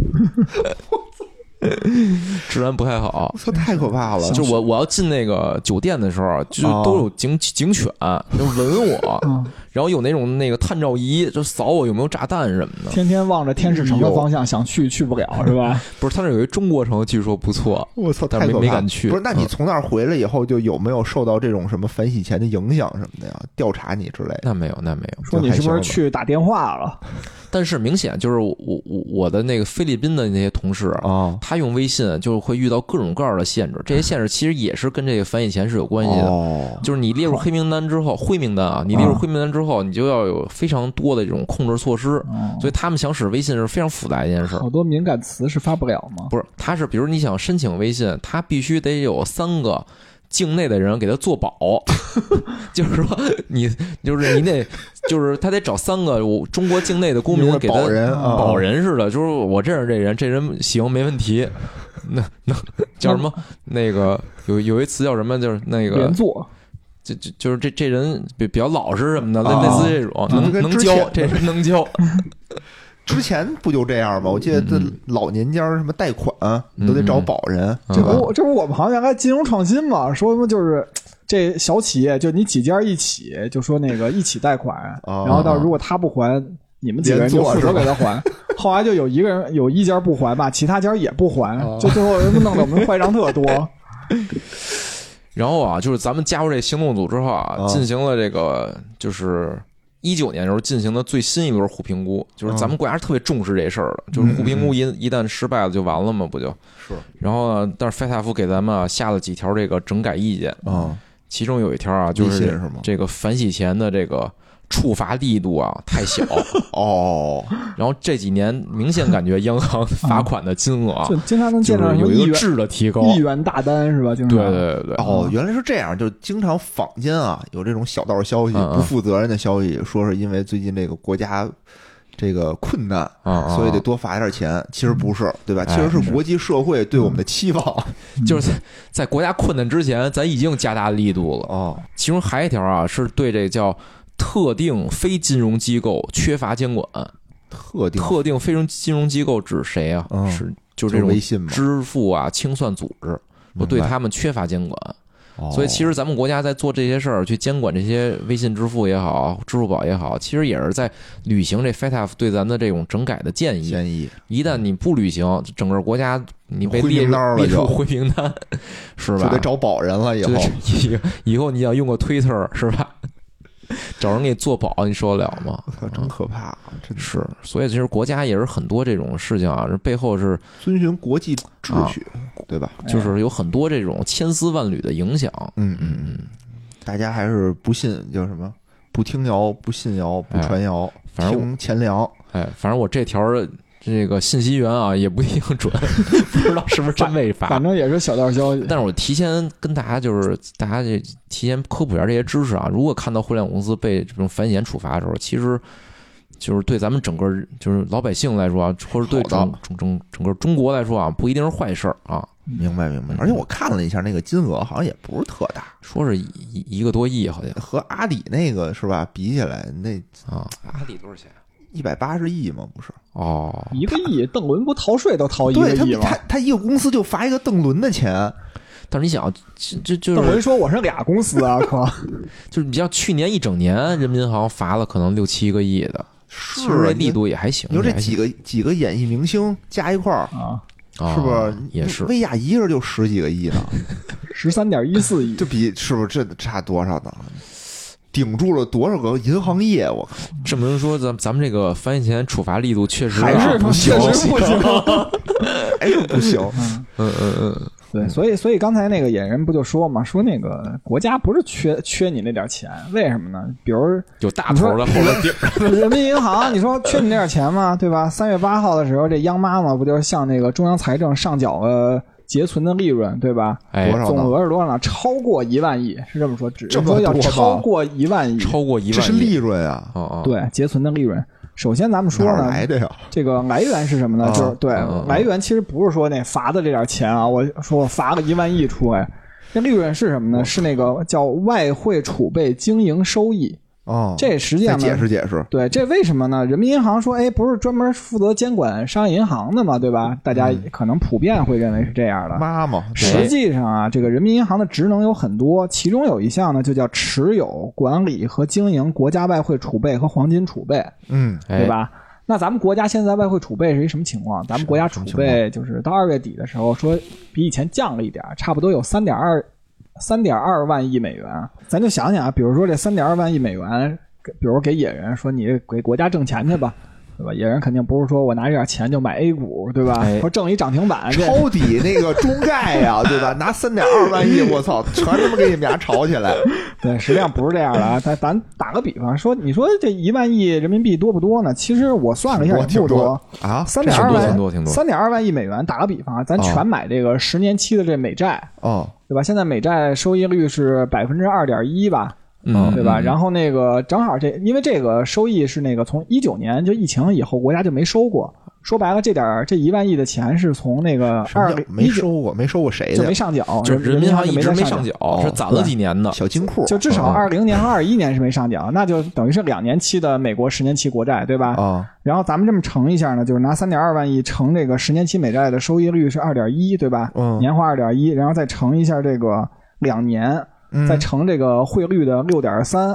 [SPEAKER 2] 治安不太好
[SPEAKER 1] 我。操，太可怕了！
[SPEAKER 2] 就我我要进那个酒店的时候，就
[SPEAKER 1] 哦
[SPEAKER 2] 都有警警犬，就闻我，
[SPEAKER 3] 嗯，
[SPEAKER 2] 然后有那种那个探照仪，就扫我有没有炸弹什么的。
[SPEAKER 3] 天天望着天使城的方向，想去去不了是吧？
[SPEAKER 2] 不是，他那儿有一中国城，据说不错。
[SPEAKER 1] 我操，
[SPEAKER 2] 但
[SPEAKER 1] 太
[SPEAKER 2] 没
[SPEAKER 1] 可怕了
[SPEAKER 2] 没敢去
[SPEAKER 1] 不是，那你
[SPEAKER 2] 嗯
[SPEAKER 1] 从那儿回来以后，就有没有受到这种什么反洗钱的影响什么的呀？调查你之类的？
[SPEAKER 2] 那没有，那没有。
[SPEAKER 3] 说你是不是去打电话了？
[SPEAKER 2] 但是明显就是我我我的那个菲律宾的那些同事啊，
[SPEAKER 1] 啊？
[SPEAKER 2] 他用微信就会遇到各种各样的限制，这些限制其实也是跟这个反洗钱是有关系的。
[SPEAKER 1] 哦，
[SPEAKER 2] 就是你列入黑名单之后，灰名单啊，你列入
[SPEAKER 1] 嗯
[SPEAKER 3] 啊
[SPEAKER 2] 灰名单之后，你就要有非常多的这种控制措施。
[SPEAKER 3] 哦
[SPEAKER 2] 所以他们想使微信是非常复杂一件事儿
[SPEAKER 3] 好。多敏感词是发不了吗？
[SPEAKER 2] 不是，他是比如你想申请微信，他必须得有三个境内的人给他做保， 就是说你就是你得就是他得找三个我中国境内的公
[SPEAKER 1] 因
[SPEAKER 2] 民
[SPEAKER 1] 为
[SPEAKER 2] 给他嗯
[SPEAKER 1] 保人啊，
[SPEAKER 2] 保人似的，就是我认识这人，这人行没问题。那那叫什么？
[SPEAKER 1] 嗯
[SPEAKER 2] 那个有有一词叫什么？就是那个
[SPEAKER 3] 连坐，
[SPEAKER 2] 就就就是这这人比比较老实什么的，类
[SPEAKER 1] 啊
[SPEAKER 2] 类似这种，能
[SPEAKER 1] 跟
[SPEAKER 2] 能
[SPEAKER 1] 之
[SPEAKER 2] 教
[SPEAKER 1] 前
[SPEAKER 2] 这人 能教，
[SPEAKER 1] 之前不就这样吗？我记得这
[SPEAKER 2] 嗯
[SPEAKER 1] 老年间儿什么贷款，你都得找保人，对
[SPEAKER 2] 嗯
[SPEAKER 3] 这
[SPEAKER 1] 吧？
[SPEAKER 3] 不这不我们好像原来金融创新嘛，说什么就是。这小企业就你几家一起，就说那个一起贷款，
[SPEAKER 1] 哦
[SPEAKER 3] 然后到时候如果他不还，你们几个人就负责给 他还。后来就有一个人有一家不还吧，其他家也不还，
[SPEAKER 1] 哦
[SPEAKER 3] 就最后弄得我们坏账特 多。
[SPEAKER 2] 哦然后啊，就是咱们加入这行动组之后啊，
[SPEAKER 1] 啊
[SPEAKER 2] 进行了这个就是一九年的时候进行的最新一轮互评估，就是咱们
[SPEAKER 1] 啊
[SPEAKER 2] 国家是特别重视这事儿的，就是互评估一一旦失败了就完了嘛，不就？
[SPEAKER 1] 嗯是
[SPEAKER 2] 然后呢，但是费塔夫给咱们啊下了几条这个整改意见，
[SPEAKER 1] 啊，
[SPEAKER 2] 其中有一条啊，就
[SPEAKER 1] 立信
[SPEAKER 2] 是
[SPEAKER 1] 是吗？
[SPEAKER 2] 这个反洗钱的这个处罚力度啊太 小，
[SPEAKER 1] 哦，
[SPEAKER 2] 然后这几年明显感觉央行罚款的金 额啊
[SPEAKER 3] 就经常能
[SPEAKER 2] 就
[SPEAKER 3] 见到
[SPEAKER 2] 是
[SPEAKER 3] 什
[SPEAKER 2] 有
[SPEAKER 3] 么
[SPEAKER 2] 一
[SPEAKER 3] 一
[SPEAKER 2] 个
[SPEAKER 3] 元
[SPEAKER 2] 质的提高。
[SPEAKER 3] 一元大单是吧？经常
[SPEAKER 2] 对对嗯对对，
[SPEAKER 1] 哦，原来是这样，就经常坊间啊有这种小道消息，
[SPEAKER 2] 嗯嗯
[SPEAKER 1] 不负责任的消息，说是因为最近这个国家这个困难，
[SPEAKER 2] 啊，
[SPEAKER 1] 所以得多罚点钱。其实不是，对吧？
[SPEAKER 2] 哎嗯
[SPEAKER 1] 其实是国际社会对我们的期望。
[SPEAKER 2] 就是在在国家困难之前，咱已经加大力度 了。
[SPEAKER 1] 哦，
[SPEAKER 2] 其中还有一条啊，是对这叫特定非金融机构缺乏监管。
[SPEAKER 1] 特定
[SPEAKER 2] 特定非金融机构指谁啊？
[SPEAKER 1] 嗯
[SPEAKER 2] 是就这种
[SPEAKER 1] 微信嘛，嗯
[SPEAKER 2] 支付啊、清算组织，我对他们缺乏监管。
[SPEAKER 1] 哦，
[SPEAKER 2] 所以其实咱们国家在做这些事儿，去监管这些微信支付也好、支付宝也好，其实也是在履行这 FATF 对咱的这种整改的建议。
[SPEAKER 1] 建议
[SPEAKER 2] 一旦你不履行，整个国家你被
[SPEAKER 1] 灰
[SPEAKER 2] 列
[SPEAKER 1] 名
[SPEAKER 2] 入
[SPEAKER 1] 单了
[SPEAKER 2] 列入
[SPEAKER 1] 就
[SPEAKER 2] 灰名单，是吧？
[SPEAKER 1] 就得找保人了，以后
[SPEAKER 2] 就得以后以后你想用个 Twitter 是吧？ 找人给你做保，你受得了吗？
[SPEAKER 1] 操真可怕，啊真的
[SPEAKER 2] 是，所以其实国家也是很多这种事情啊，这背后是
[SPEAKER 1] 遵循国际
[SPEAKER 2] 啊
[SPEAKER 1] 秩序，对吧？
[SPEAKER 2] 就是有很多这种千丝万缕的影响。嗯
[SPEAKER 1] 嗯嗯嗯，大家还是不信叫什么？不听谣，不信谣，不传谣，
[SPEAKER 2] 哎反正我
[SPEAKER 1] 听钱粮。
[SPEAKER 2] 哎，反正我这条儿这个信息源啊也不一定准， 不知道是不是真违法
[SPEAKER 3] 反。正也是小道消息。
[SPEAKER 2] 但是我提前跟大家就是大家这提前科普一下这些知识啊。如果看到互联网公司被这种反险处罚的时候，其实就是对咱们整个就是老百姓来说啊，或者对
[SPEAKER 1] 好
[SPEAKER 2] 整
[SPEAKER 1] 的
[SPEAKER 2] 整整整个中国来说啊，不一定是坏事儿啊。
[SPEAKER 1] 明白明白，
[SPEAKER 3] 嗯
[SPEAKER 1] 而且我看了一下那个金额，好像也不是特大，
[SPEAKER 2] 说是一一个多亿好像
[SPEAKER 1] 和阿里那个是吧比起来，那
[SPEAKER 2] 啊。阿里多少钱？
[SPEAKER 1] 一百八十亿嘛，不是？
[SPEAKER 2] 哦，
[SPEAKER 3] 一个亿，邓伦不逃税都哦逃一个
[SPEAKER 1] 对他
[SPEAKER 3] 亿吗？
[SPEAKER 1] 他他一个公司就罚一个邓伦的钱，
[SPEAKER 2] 但是你想，这这就
[SPEAKER 3] 邓
[SPEAKER 2] 是
[SPEAKER 3] 伦说我是俩公司啊，可
[SPEAKER 2] 就是你像去年一整年，人民银行罚了可能六七个亿的，其
[SPEAKER 1] 是
[SPEAKER 2] 实这
[SPEAKER 1] 啊
[SPEAKER 2] 力。度也还行。
[SPEAKER 1] 你你说
[SPEAKER 2] 也
[SPEAKER 1] 这
[SPEAKER 2] 还
[SPEAKER 1] 几
[SPEAKER 2] 行
[SPEAKER 1] 个几个演艺明星加一块儿，
[SPEAKER 3] 啊，
[SPEAKER 2] 啊
[SPEAKER 1] 是不是？
[SPEAKER 2] 也是
[SPEAKER 1] 薇娅一人就十几个亿 呢，
[SPEAKER 3] 十三点一四亿
[SPEAKER 1] 这，比是不是这差多少呢？顶住了多少个银行业？我靠！
[SPEAKER 2] 这么说，咱咱们这个翻译前处罚力度确实啊
[SPEAKER 3] 还是
[SPEAKER 2] 不行
[SPEAKER 3] 确。实不行。
[SPEAKER 1] 还是哎不行。
[SPEAKER 3] 嗯
[SPEAKER 2] 嗯嗯嗯，
[SPEAKER 3] 对，所以所以刚才那个野人不就说嘛，说那个国家不是缺缺你那点钱，为什么呢？比如
[SPEAKER 2] 有大头的后 边地儿，
[SPEAKER 3] 人民银行，你说缺你那点钱吗？对吧？三月八号的时候，这央妈嘛，不就是向那个中央财政上缴了结存的利润，对吧？
[SPEAKER 2] 哎
[SPEAKER 1] 多，少呢
[SPEAKER 3] 总额是多少呢？超过一万亿，是这么说，只
[SPEAKER 1] 这
[SPEAKER 3] 是
[SPEAKER 1] 么
[SPEAKER 3] 说要
[SPEAKER 1] 多吧
[SPEAKER 3] 超过一万亿。
[SPEAKER 2] 超过一
[SPEAKER 1] 这是
[SPEAKER 2] 万亿。
[SPEAKER 1] 利润啊，
[SPEAKER 2] 哦哦，
[SPEAKER 3] 对，结存的利润，首先咱们说
[SPEAKER 1] 哪儿
[SPEAKER 3] 呢，
[SPEAKER 1] 来的呀？
[SPEAKER 3] 这个来源是什么呢？
[SPEAKER 1] 啊
[SPEAKER 3] 就是对
[SPEAKER 2] 嗯嗯
[SPEAKER 3] 来源其实不是说那罚的这点钱啊，我说我罚个一万亿出来，这利润是什么呢？是那个叫外汇储备经营收益，
[SPEAKER 1] 哦，
[SPEAKER 3] 这实际
[SPEAKER 1] 再
[SPEAKER 3] 上
[SPEAKER 1] 解
[SPEAKER 3] 呢。
[SPEAKER 1] 释解释。
[SPEAKER 3] 对，这为什么呢？人民银行说，哎，不是专门负责监管商业银行的嘛，对
[SPEAKER 1] 嗯
[SPEAKER 3] 吧？大家可能普遍会认为是这样的。
[SPEAKER 1] 妈妈，
[SPEAKER 3] 实际上啊，这个人民银行的职能有很多，其中有一项呢，就叫持有、管理和经营国家外汇储备和黄金储备，
[SPEAKER 1] 嗯，
[SPEAKER 2] 哎
[SPEAKER 3] 对？吧？那咱们国家现在外汇储备是一什么情况？咱们国家储备就是到二月底的时候，说比以前降了一点儿，差不多有三点二三点二万亿美元。咱就想想啊，比如说这三点二万亿美元，给比如给野人说你给国家挣钱去吧，对吧？野人肯定不是说我拿这点钱就买 A 股，对吧
[SPEAKER 2] 哎？
[SPEAKER 3] 说挣一涨停板，这
[SPEAKER 1] 抄底那个中概呀，对吧？拿三点二万亿，我操，全他妈给你们俩炒起来。
[SPEAKER 3] 对，实际上不是这样的啊。咱咱打个比方说，你说这一万亿人民币多不多呢？其实我算了一下，也
[SPEAKER 1] 我
[SPEAKER 3] 不
[SPEAKER 1] 挺
[SPEAKER 3] 多
[SPEAKER 1] 多。啊，
[SPEAKER 3] 三点
[SPEAKER 2] 挺
[SPEAKER 3] 二
[SPEAKER 2] 多
[SPEAKER 3] 万
[SPEAKER 2] 挺多挺，多哦
[SPEAKER 3] 三点二万亿美元。打个比方啊，咱全买这个十年期的这美债，
[SPEAKER 1] 哦，
[SPEAKER 3] 对吧？现在美债收益率是百分之二点一吧，
[SPEAKER 2] 嗯，
[SPEAKER 3] 对吧？
[SPEAKER 2] 嗯
[SPEAKER 3] 然后那个正好这，因为这个收益是那个从一九年就疫情以后国家就没收过，说白了这点儿这一万亿的钱是从那个
[SPEAKER 1] 什么
[SPEAKER 3] 二
[SPEAKER 1] 叫没收过，没收过谁
[SPEAKER 3] 就
[SPEAKER 1] 的
[SPEAKER 3] 没
[SPEAKER 1] 呀？
[SPEAKER 3] 上缴，
[SPEAKER 2] 就是人
[SPEAKER 3] 人
[SPEAKER 2] 民
[SPEAKER 3] 民
[SPEAKER 2] 银行
[SPEAKER 3] 就
[SPEAKER 2] 一
[SPEAKER 3] 没
[SPEAKER 2] 直
[SPEAKER 3] 再
[SPEAKER 2] 没
[SPEAKER 3] 上
[SPEAKER 2] 上
[SPEAKER 3] 缴
[SPEAKER 2] 缴，是攒了几年的。
[SPEAKER 1] 小金库
[SPEAKER 3] 就至少
[SPEAKER 2] 嗯
[SPEAKER 3] 二零年和二一年是没上缴，那就等于是两年期的美国十年期国债，对吧？
[SPEAKER 1] 啊，
[SPEAKER 3] 然后咱们这么乘一下呢，就是拿三点二万亿乘这个十年期美债的收益率是二点一，对吧？
[SPEAKER 1] 嗯
[SPEAKER 3] 年化二点一，然后再乘一下这个两年，再
[SPEAKER 1] 嗯，
[SPEAKER 3] 乘这个汇率的六点三，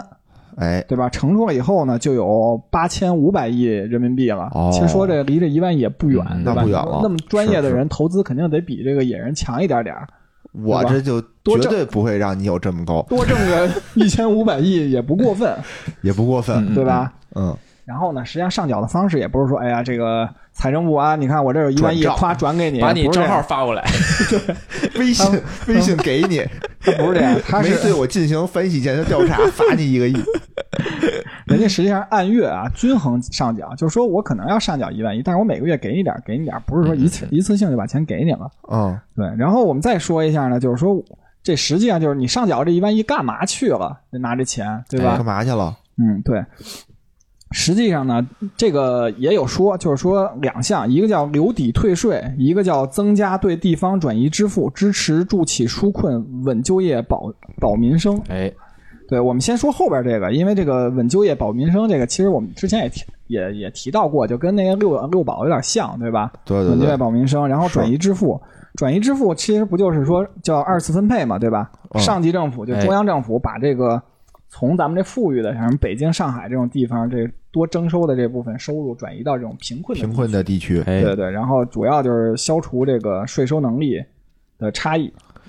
[SPEAKER 1] 哎，
[SPEAKER 3] 对吧？乘出来以后呢，就有八千五百亿人民币了。
[SPEAKER 1] 哦
[SPEAKER 3] 其实说这离这一万亿也不远，
[SPEAKER 2] 嗯
[SPEAKER 3] 对吧？
[SPEAKER 1] 那不远了
[SPEAKER 3] 那么专业的
[SPEAKER 1] 是
[SPEAKER 3] 人投资肯定得比这个野人强一点点儿，
[SPEAKER 1] 我
[SPEAKER 3] 对吧
[SPEAKER 1] 这就
[SPEAKER 3] 多
[SPEAKER 1] 绝
[SPEAKER 3] 挣
[SPEAKER 1] 对不会让你有这么高，
[SPEAKER 3] 多挣个一千五百亿也不过分，
[SPEAKER 1] 也不过分。
[SPEAKER 2] 嗯
[SPEAKER 3] 对吧？
[SPEAKER 1] 嗯，
[SPEAKER 3] 然后呢，实际上上缴的方式也不是说，哎呀，这个财政部啊，你看我这有一万亿，
[SPEAKER 1] 转账
[SPEAKER 3] 夸转给你，
[SPEAKER 2] 把你
[SPEAKER 3] 不是这
[SPEAKER 2] 账
[SPEAKER 3] 样
[SPEAKER 2] 号发过来，
[SPEAKER 1] 微信微信给你，
[SPEAKER 3] 他不是这样， 他
[SPEAKER 1] 没对
[SPEAKER 3] 是
[SPEAKER 1] 我进行反洗钱的调查，罚你一个亿。
[SPEAKER 3] 人家实际上按月啊均衡上缴，就是说我可能要上缴一万亿，但是我每个月给你点儿，给你点儿，不是说一次一次性就把钱给你了。
[SPEAKER 1] 嗯，
[SPEAKER 3] 对，然后我们再说一下呢，就是说这实际上就是你上缴这一万亿干嘛去了？拿这钱， 对吧
[SPEAKER 1] 哎干？嘛去了？
[SPEAKER 3] 嗯，对。实际上呢，这个也有说，就是说两项，一个叫留抵退税，一个叫增加对地方转移支付，支持助企纾困、稳就业、保保民生。
[SPEAKER 2] 哎，
[SPEAKER 3] 对，我们先说后边这个，因为这个稳就业、保民生这个，其实我们之前也提也也提到过，就跟那个六六保有点像，对吧？
[SPEAKER 1] 对对
[SPEAKER 3] 稳就业、
[SPEAKER 1] 对，
[SPEAKER 3] 保民生，然后转移支付，转移支付其实不就是说叫二次分配嘛，对吧？
[SPEAKER 1] 嗯
[SPEAKER 3] 上级政府就
[SPEAKER 2] 哎
[SPEAKER 3] 中央政府把这个从咱们这富裕的，像北京、上海这种地方，这多征收的这部分收入转移到这种贫困的地
[SPEAKER 1] 贫
[SPEAKER 3] 区
[SPEAKER 1] 困的地区，
[SPEAKER 2] 哎
[SPEAKER 3] 对对，然后主要就是消除这个税收能力的差异。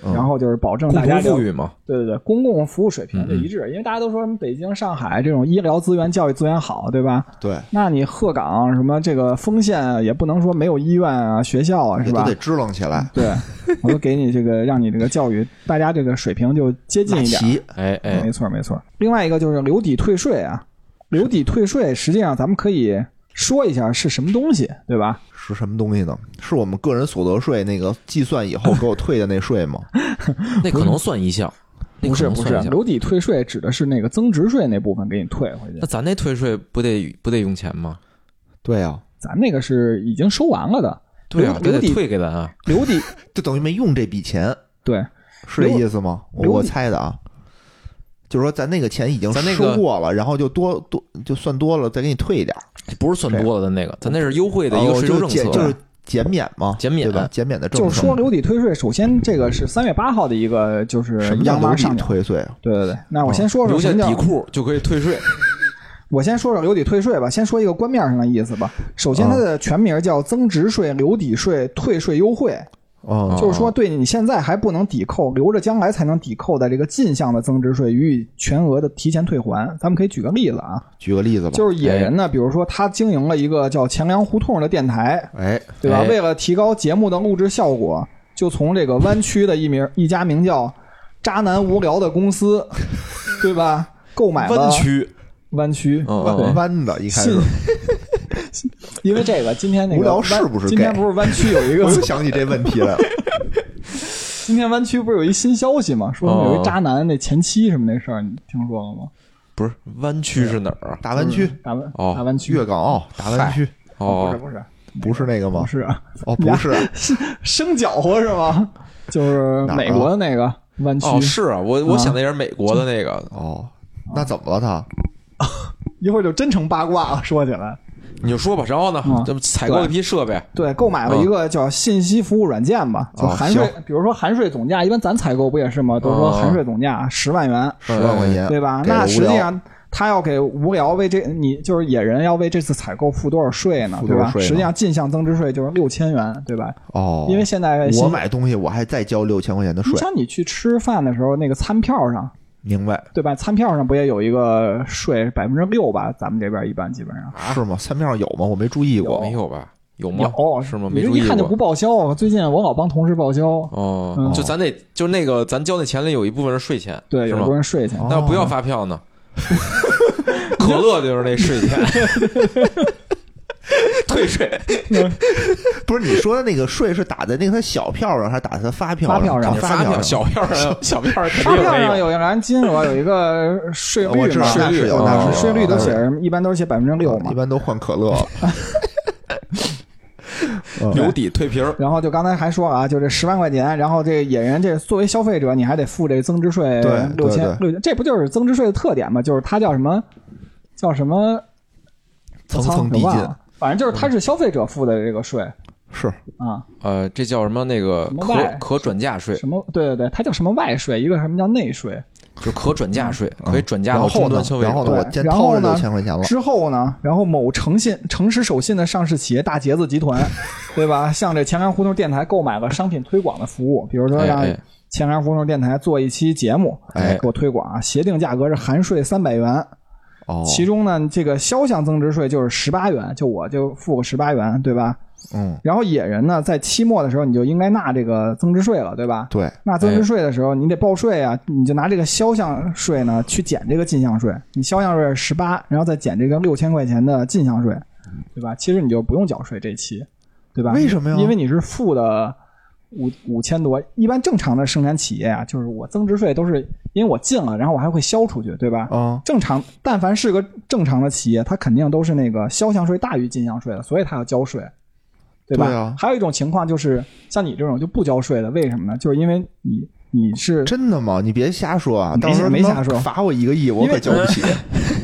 [SPEAKER 2] 嗯
[SPEAKER 3] 然后就是保证
[SPEAKER 2] 共
[SPEAKER 3] 大家
[SPEAKER 2] 同
[SPEAKER 3] 就
[SPEAKER 2] 富裕嘛，
[SPEAKER 3] 对对对，公共服务水平就一致，因为大家都说什么北京、上海这种医疗资源、教育资源好，对吧？
[SPEAKER 1] 对，
[SPEAKER 3] 那你鹤岗什么这个丰县也不能说没有医院啊、学校啊，
[SPEAKER 1] 你
[SPEAKER 3] 是
[SPEAKER 1] 都
[SPEAKER 3] 吧
[SPEAKER 1] 得？支棱起来，
[SPEAKER 3] 对，我就给你这个，让你这个教育大家这个水平就接 近
[SPEAKER 1] 纳
[SPEAKER 3] 一点。
[SPEAKER 1] 旗，
[SPEAKER 2] 哎哎
[SPEAKER 3] 没，错没错。另外一个就是留抵退税啊，留抵退税实际上咱们可以说一下是什么东西，对吧？
[SPEAKER 1] 是什么东西呢？是我们个人所得税那个计算以后给我退的那税吗？
[SPEAKER 2] 那可能算一项，那
[SPEAKER 3] 不
[SPEAKER 2] 可
[SPEAKER 3] 是
[SPEAKER 2] 能
[SPEAKER 3] 不是
[SPEAKER 2] 算一，项。
[SPEAKER 3] 留抵退税指的是那个增值税那部分给你退回去
[SPEAKER 2] 那，咱那退税不得不得用钱吗？
[SPEAKER 1] 对啊，
[SPEAKER 3] 咱那个是已经收完了的。
[SPEAKER 2] 对啊，这
[SPEAKER 3] 留留
[SPEAKER 2] 得
[SPEAKER 3] 抵
[SPEAKER 2] 退给咱啊。
[SPEAKER 3] 留抵
[SPEAKER 1] 就等于没用这笔钱，
[SPEAKER 3] 对
[SPEAKER 1] 是这意思吗？我
[SPEAKER 3] 留
[SPEAKER 1] 我猜的啊，就是说咱那个钱已经
[SPEAKER 2] 咱那个
[SPEAKER 1] 收过了，然后就多多就算多了，再给你退一点儿，
[SPEAKER 2] 不是算多了的那个，咱那是优惠的一
[SPEAKER 1] 哦
[SPEAKER 2] 个税收
[SPEAKER 1] 就是
[SPEAKER 2] 政策，
[SPEAKER 1] 减
[SPEAKER 2] 啊
[SPEAKER 1] 就是减免嘛，
[SPEAKER 2] 减免
[SPEAKER 1] 对吧？减免的政策，
[SPEAKER 3] 就是说留抵退税，首先这个是三月八号的一个就是
[SPEAKER 1] 什么叫
[SPEAKER 3] 央
[SPEAKER 1] 留
[SPEAKER 3] 妈
[SPEAKER 1] 抵
[SPEAKER 3] 上调。
[SPEAKER 1] 退税啊？
[SPEAKER 3] 对对对，那我先说
[SPEAKER 2] 哦
[SPEAKER 3] 说
[SPEAKER 2] 留
[SPEAKER 3] 什
[SPEAKER 2] 下
[SPEAKER 3] 么叫
[SPEAKER 2] 底裤就可以退税。
[SPEAKER 3] 我先说说留抵退税吧，先说一个官面上的意思吧。首
[SPEAKER 2] 嗯
[SPEAKER 3] 先，它的全名叫增值税、留抵税、退税优惠，
[SPEAKER 1] 哦，
[SPEAKER 3] 就是说对你现在还不能抵扣，留着将来才能抵扣的这个进项的增值税予以全额的提前退还。咱们可以举个例子啊，
[SPEAKER 2] 哦
[SPEAKER 1] 举个例子吧，
[SPEAKER 3] 就是野人
[SPEAKER 2] 哎
[SPEAKER 3] 呢，比如说他经营了一个叫钱粮胡同的电台，
[SPEAKER 1] 哎，
[SPEAKER 3] 对吧？
[SPEAKER 2] 哎
[SPEAKER 3] 为了提高节目的录制效果，就从这个湾区的一名一家名叫“渣男无聊”的公司，对吧？购买了
[SPEAKER 2] 湾区
[SPEAKER 3] 湾区，
[SPEAKER 2] 嗯
[SPEAKER 1] 弯
[SPEAKER 2] 嗯嗯
[SPEAKER 1] 弯的，一开始
[SPEAKER 3] 信因为这个今天那个
[SPEAKER 1] 无聊
[SPEAKER 3] 湾
[SPEAKER 1] 是不是
[SPEAKER 3] 今天
[SPEAKER 1] gay？
[SPEAKER 3] 不是湾区 有一
[SPEAKER 1] 我
[SPEAKER 3] 个
[SPEAKER 1] 又想起这问题来了，
[SPEAKER 3] 今天湾区不是有一新消息吗？说
[SPEAKER 2] 哦
[SPEAKER 3] 有一渣男那前妻什么那事儿，你听说了吗？
[SPEAKER 2] 不是湾区是哪儿啊？
[SPEAKER 1] 大湾区、
[SPEAKER 3] 大湾
[SPEAKER 2] 哦
[SPEAKER 3] 大湾区
[SPEAKER 1] 粤港澳、大湾区，
[SPEAKER 3] 不是
[SPEAKER 2] 哦，
[SPEAKER 3] 不是
[SPEAKER 1] 不是那个吗
[SPEAKER 3] 不？是啊
[SPEAKER 1] 哦，不是，
[SPEAKER 3] 生搅和是吗？就是
[SPEAKER 1] 哪儿啊
[SPEAKER 3] 美国的那个湾区，
[SPEAKER 2] 哦，是啊，我我
[SPEAKER 3] 啊嗯
[SPEAKER 2] 想的也是美国的那个。
[SPEAKER 1] 哦，那怎么了他？
[SPEAKER 3] 一会儿就真成八卦了。说起
[SPEAKER 2] 哦
[SPEAKER 3] 来，
[SPEAKER 2] 你就说吧，然后呢
[SPEAKER 3] 嗯，
[SPEAKER 2] 咱们采购一批设备，
[SPEAKER 3] 对，购买了一个叫信息服务软件吧，就
[SPEAKER 1] 哦
[SPEAKER 3] 含税
[SPEAKER 1] 行，
[SPEAKER 3] 比如说含税总价，一般咱采购不也是吗？都说
[SPEAKER 2] 哦
[SPEAKER 3] 含税总价十万元，
[SPEAKER 1] 十万块钱，
[SPEAKER 3] 对吧？
[SPEAKER 1] 给了
[SPEAKER 3] 那
[SPEAKER 1] 无
[SPEAKER 3] 实
[SPEAKER 1] 聊
[SPEAKER 3] 际上他要给无聊为这你就是野人要为这次采购付多少税呢？
[SPEAKER 1] 付
[SPEAKER 3] 对
[SPEAKER 1] 多少
[SPEAKER 3] 吧？
[SPEAKER 1] 税呢
[SPEAKER 3] 实际上进项增值税就是六千元，对吧？
[SPEAKER 1] 哦，
[SPEAKER 3] 因为现在
[SPEAKER 1] 我
[SPEAKER 3] 新
[SPEAKER 1] 买东西我还再交六千块钱的
[SPEAKER 3] 你
[SPEAKER 1] 税，
[SPEAKER 3] 像你去吃饭的时候，那个餐票上，
[SPEAKER 1] 明白
[SPEAKER 3] 对吧？餐票上不也有一个税百分之六吧？咱们这边一般基本上
[SPEAKER 1] 是吗？餐票上有吗？我没注意过，
[SPEAKER 2] 没有吧？有吗？
[SPEAKER 3] 有
[SPEAKER 2] 是吗？
[SPEAKER 3] 你
[SPEAKER 2] 没
[SPEAKER 3] 这
[SPEAKER 2] 注
[SPEAKER 3] 一
[SPEAKER 2] 意
[SPEAKER 3] 看就不
[SPEAKER 2] 过。
[SPEAKER 3] 报销。啊最近我老帮同事报销，
[SPEAKER 2] 哦
[SPEAKER 3] 嗯，
[SPEAKER 2] 就咱得就那个咱交那钱里有一部分是税钱，
[SPEAKER 3] 对，
[SPEAKER 2] 是
[SPEAKER 3] 有
[SPEAKER 2] 吗
[SPEAKER 3] 多？人税去。
[SPEAKER 1] 哦
[SPEAKER 2] 那不要发票呢？可乐就是那税钱， 退税。
[SPEAKER 1] 不是你说的那个税是打在那个他小票上，还是打在他发票
[SPEAKER 3] 发票
[SPEAKER 1] 打
[SPEAKER 3] 上
[SPEAKER 2] 你
[SPEAKER 1] 发
[SPEAKER 2] 发
[SPEAKER 1] 票
[SPEAKER 2] 票、小票上、小票上肯
[SPEAKER 3] 发
[SPEAKER 2] 定
[SPEAKER 3] 票
[SPEAKER 2] 没
[SPEAKER 3] 上
[SPEAKER 2] 有。
[SPEAKER 3] 有一栏金额，有一个税
[SPEAKER 1] 我
[SPEAKER 3] 率
[SPEAKER 1] 知
[SPEAKER 3] 嘛
[SPEAKER 1] 道，
[SPEAKER 2] 税
[SPEAKER 1] 那
[SPEAKER 2] 率
[SPEAKER 1] 是有，
[SPEAKER 2] 哦
[SPEAKER 1] 那
[SPEAKER 3] 啊
[SPEAKER 1] 是有
[SPEAKER 3] 税率都写
[SPEAKER 1] 那是
[SPEAKER 3] 什么？一般都是写百分之六
[SPEAKER 1] 有
[SPEAKER 3] 嘛
[SPEAKER 1] 一。般都换可乐 了。嗯
[SPEAKER 2] 留底退皮儿，
[SPEAKER 3] 然后就刚才还说了啊，就这十万块钱，然后这野人这作为消费者，你还得付这增值税
[SPEAKER 1] 对
[SPEAKER 3] 六
[SPEAKER 1] 对
[SPEAKER 3] 千六千，这不就是增值税的特点吗？就是它叫什么叫什么
[SPEAKER 1] 层
[SPEAKER 3] 我操
[SPEAKER 1] 层
[SPEAKER 3] 我
[SPEAKER 1] 递
[SPEAKER 3] 忘
[SPEAKER 1] 进
[SPEAKER 3] 了反正就是它是消费者付的这个税
[SPEAKER 1] 是
[SPEAKER 3] 啊，
[SPEAKER 2] 呃，这叫什么？那个
[SPEAKER 3] 什么外
[SPEAKER 2] 可可转嫁税，
[SPEAKER 3] 什么对对对，它叫什么外税，一个什么叫内税。
[SPEAKER 2] 就可转嫁税，
[SPEAKER 3] 嗯
[SPEAKER 2] 可以转嫁
[SPEAKER 1] 然
[SPEAKER 2] 到
[SPEAKER 1] 后
[SPEAKER 2] 终
[SPEAKER 1] 呢
[SPEAKER 2] 端消？费
[SPEAKER 1] 然后呢？
[SPEAKER 2] 者。
[SPEAKER 1] 我
[SPEAKER 3] 对
[SPEAKER 1] 先
[SPEAKER 3] 然
[SPEAKER 1] 掏
[SPEAKER 3] 后
[SPEAKER 1] 了
[SPEAKER 3] 呢
[SPEAKER 1] 六千块钱了，
[SPEAKER 3] 之后呢，然后某诚信诚实守信的上市企业大杰子集 团，对吧？向这钱粮胡同电台购买了商品推广的服务，比如说
[SPEAKER 2] 哎
[SPEAKER 3] 让
[SPEAKER 2] 哎
[SPEAKER 3] 钱粮胡同电台做一期节目，
[SPEAKER 2] 哎
[SPEAKER 3] 给我推广啊，协定价格是含税三百元，
[SPEAKER 1] 哦，
[SPEAKER 3] 其中呢，这个销项增值税就是十八元，就我就付个十八元，对吧？
[SPEAKER 1] 嗯，
[SPEAKER 3] 然后野人呢，在期末的时候你就应该纳这个增值税了，对吧？
[SPEAKER 1] 对，
[SPEAKER 3] 纳增值税的时候，你得报税啊，你就拿这个销项税呢去减这个进项税。你销项税是十八，然后再减这个六千块钱的进项税，对吧？其实你就不用缴税这一期，对吧？
[SPEAKER 1] 为什么呀
[SPEAKER 3] 因为你是付的五五千多。一般正常的生产企业啊，就是我增值税都是因为我进了，然后我还会销出去，对吧？
[SPEAKER 1] 嗯，
[SPEAKER 3] 正常，但凡是个正常的企业，它肯定都是那个销项税大于进项税的，所以它要交税，对吧？
[SPEAKER 1] 对啊
[SPEAKER 3] 还有一种情况就是像你这种就不交税的，为什么呢？就是因为你你是
[SPEAKER 1] 真的吗？你别瞎说啊！
[SPEAKER 3] 没
[SPEAKER 1] 到时候
[SPEAKER 3] 没
[SPEAKER 1] 他妈
[SPEAKER 3] 瞎说
[SPEAKER 1] 罚我一个亿，我
[SPEAKER 3] 因
[SPEAKER 1] 可
[SPEAKER 3] 为
[SPEAKER 1] 交 不起。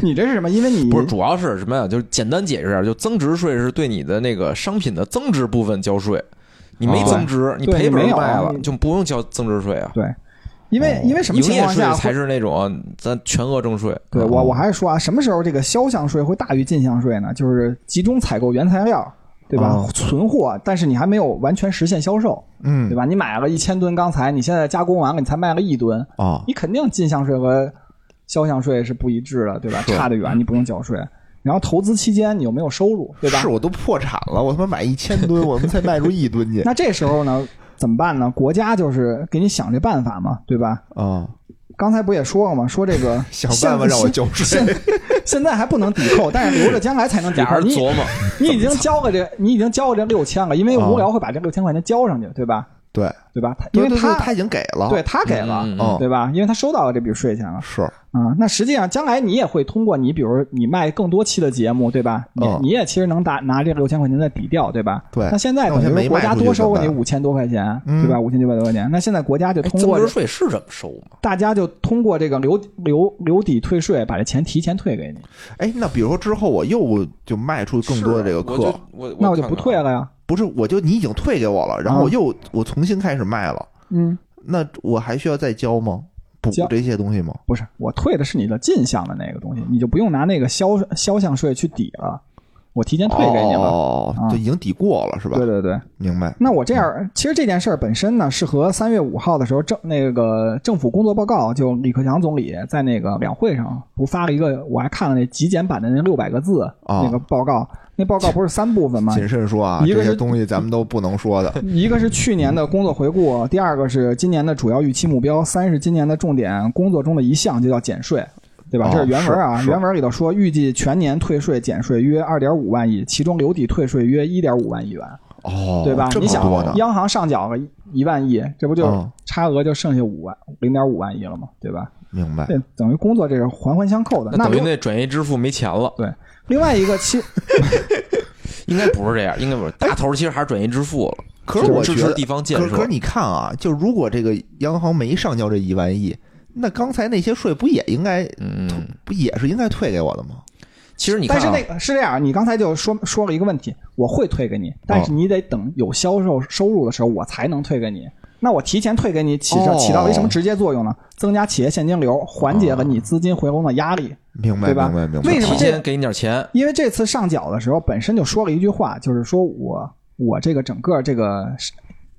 [SPEAKER 3] 你这是什么？因为你
[SPEAKER 2] 不是，主要是什么呀？就是简单解释啊，就增值税是对你的那个商品的增值部分交税，你没
[SPEAKER 1] 哦
[SPEAKER 2] 增值，你
[SPEAKER 3] 对
[SPEAKER 2] 赔
[SPEAKER 3] 你
[SPEAKER 2] 本
[SPEAKER 3] 没有啊
[SPEAKER 2] 卖了
[SPEAKER 3] 你
[SPEAKER 2] 就不用交增值税啊。
[SPEAKER 3] 对，因为、因为什么
[SPEAKER 2] 营
[SPEAKER 3] 情
[SPEAKER 2] 业
[SPEAKER 3] 况
[SPEAKER 2] 税
[SPEAKER 3] 下
[SPEAKER 2] 才
[SPEAKER 3] 会？
[SPEAKER 2] 是哦那种咱全额征税。
[SPEAKER 3] 对我我还是说啊，什么时候这个销项税会大于进项税呢？就是集中采购原材料，对吧？
[SPEAKER 1] 哦
[SPEAKER 3] 存货，但是你还没有完全实现销售，对
[SPEAKER 1] 嗯，
[SPEAKER 3] 吧？你买了一千吨钢材，你现在加工完了，你才卖了一吨，
[SPEAKER 1] 哦，
[SPEAKER 3] 你肯定进项税和销项税是不一致的，对吧？
[SPEAKER 1] 是嗯
[SPEAKER 3] 差得远，你不用缴税。然后投资期间你又没有收入，对吧？
[SPEAKER 1] 是我都破产了，我他妈买一千吨，我们才卖出一吨去
[SPEAKER 3] 那这时候呢，怎么办呢？国家就是给你想这办法嘛，对吧？
[SPEAKER 1] 啊！
[SPEAKER 3] 刚才不也说了吗？说这个
[SPEAKER 1] 想办法让我交
[SPEAKER 3] 现
[SPEAKER 1] 税，
[SPEAKER 3] 现在还 不能抵扣，但是留着将 来才能抵
[SPEAKER 2] 俩
[SPEAKER 3] 扣。
[SPEAKER 2] 人
[SPEAKER 3] 你
[SPEAKER 2] 琢磨，
[SPEAKER 3] 你已经交了这，你已经交了这六千了，因为
[SPEAKER 1] 啊
[SPEAKER 3] 无聊会把这六千块钱交上去，对吧？
[SPEAKER 1] 对，
[SPEAKER 3] 对吧？他因
[SPEAKER 1] 对
[SPEAKER 3] 为
[SPEAKER 1] 对对，他
[SPEAKER 3] 他
[SPEAKER 1] 已经给了，
[SPEAKER 3] 对他给了，
[SPEAKER 2] 嗯嗯
[SPEAKER 1] 嗯
[SPEAKER 3] 对吧？因为他收到了这笔税钱了
[SPEAKER 1] 是
[SPEAKER 3] 啊、那实际上将来你也会通过你，比如你卖更多期的节目，对吧？你、
[SPEAKER 1] 嗯
[SPEAKER 3] 你也其实能打拿这六千块钱再抵掉，对吧？
[SPEAKER 1] 对
[SPEAKER 3] 那现在
[SPEAKER 1] 那我
[SPEAKER 3] 等
[SPEAKER 1] 先
[SPEAKER 3] 于
[SPEAKER 1] 没
[SPEAKER 3] 国
[SPEAKER 1] 卖
[SPEAKER 3] 家
[SPEAKER 1] 出去
[SPEAKER 3] 多收
[SPEAKER 1] 怎
[SPEAKER 3] 你
[SPEAKER 1] 么办
[SPEAKER 3] 五千多块钱，
[SPEAKER 1] 嗯
[SPEAKER 3] 对吧？五千九百多块钱。那现在国家就
[SPEAKER 2] 哎，
[SPEAKER 3] 通
[SPEAKER 2] 增
[SPEAKER 3] 过
[SPEAKER 2] 值
[SPEAKER 3] 这
[SPEAKER 2] 税是这么收吗？
[SPEAKER 3] 大家就通过这个留留留抵退税，把这钱提前退给你，
[SPEAKER 1] 哎，那比如说之后我又就卖出更多的这个
[SPEAKER 2] 是
[SPEAKER 1] 课，
[SPEAKER 2] 啊，我我
[SPEAKER 3] 那我就不
[SPEAKER 2] 看看
[SPEAKER 3] 退了呀。
[SPEAKER 1] 不是，我就你已经退给我了，然后我又我重新开始卖了，
[SPEAKER 3] 嗯，
[SPEAKER 1] 那我还需要再交吗？补
[SPEAKER 3] 交
[SPEAKER 1] 这些东西吗？
[SPEAKER 3] 不是，我退的是你的进项的那个东西，你就不用拿那个销销项税去抵了，我提前退给你了。
[SPEAKER 1] 哦
[SPEAKER 3] 啊，
[SPEAKER 1] 就已经抵过了是吧？
[SPEAKER 3] 对对对，
[SPEAKER 1] 明白。
[SPEAKER 3] 那我这样，其实这件事儿本身呢，是和三月五号的时候政那个政府工作报告，就李克强总理在那个两会上不发了一个，我还看了那极简版的那六百个字、
[SPEAKER 1] 啊
[SPEAKER 3] 那个报告，那报告不是三部分吗？
[SPEAKER 1] 谨慎说啊，
[SPEAKER 3] 一个
[SPEAKER 1] 这
[SPEAKER 3] 是
[SPEAKER 1] 些东西咱们都不能说的。
[SPEAKER 3] 一个是去年的工作回顾，第二个是今年的主要预期目标，三是今年的重点工作中的一项，就叫减税，对吧？
[SPEAKER 1] 哦
[SPEAKER 3] 这是原文啊，
[SPEAKER 1] 是是
[SPEAKER 3] 原文里头说，预计全年退税减税约二点五万亿，其中留抵退税约一点五万亿元，
[SPEAKER 1] 哦，
[SPEAKER 3] 对吧？
[SPEAKER 1] 这
[SPEAKER 3] 你
[SPEAKER 1] 么
[SPEAKER 3] 想
[SPEAKER 1] 多呢，
[SPEAKER 3] 央行上缴了一万亿，这不就
[SPEAKER 1] 哦
[SPEAKER 3] 差额就剩下五万零点五万亿了吗？对吧？
[SPEAKER 1] 明白？
[SPEAKER 3] 这等于工作这是环环相扣的。
[SPEAKER 2] 那等于
[SPEAKER 3] 另
[SPEAKER 2] 那转移支付没钱了，
[SPEAKER 3] 对另外一个其
[SPEAKER 2] 应该不是这样，应该不是大头，其实还是转移支付了。
[SPEAKER 1] 可是我
[SPEAKER 2] 支
[SPEAKER 1] 觉
[SPEAKER 2] 持
[SPEAKER 1] 得
[SPEAKER 2] 地，方建
[SPEAKER 1] 可可
[SPEAKER 2] 设
[SPEAKER 1] 是，你看啊，就如果这个央行没上交这一万亿，那刚才那些税不也应该
[SPEAKER 2] 嗯，
[SPEAKER 1] 不也是应该退给我的吗？
[SPEAKER 2] 其实你看
[SPEAKER 3] 但
[SPEAKER 2] 啊，
[SPEAKER 3] 是那个是这样，你刚才就说说了一个问题，我会退给你，但是你得等有销售收入的时候，我才能退给你。那我提前退给你起着
[SPEAKER 1] 哦
[SPEAKER 3] 起到了一什么直接作用呢？增加企业现金流，缓解了你资金回笼的压力。
[SPEAKER 1] 明白，
[SPEAKER 3] 对吧
[SPEAKER 1] 明白，明白。
[SPEAKER 3] 为什么
[SPEAKER 2] 提
[SPEAKER 3] 这
[SPEAKER 2] 前给你点钱，
[SPEAKER 3] 因为这次上缴的时候，本身就说了一句话，就是说我我这个整个这个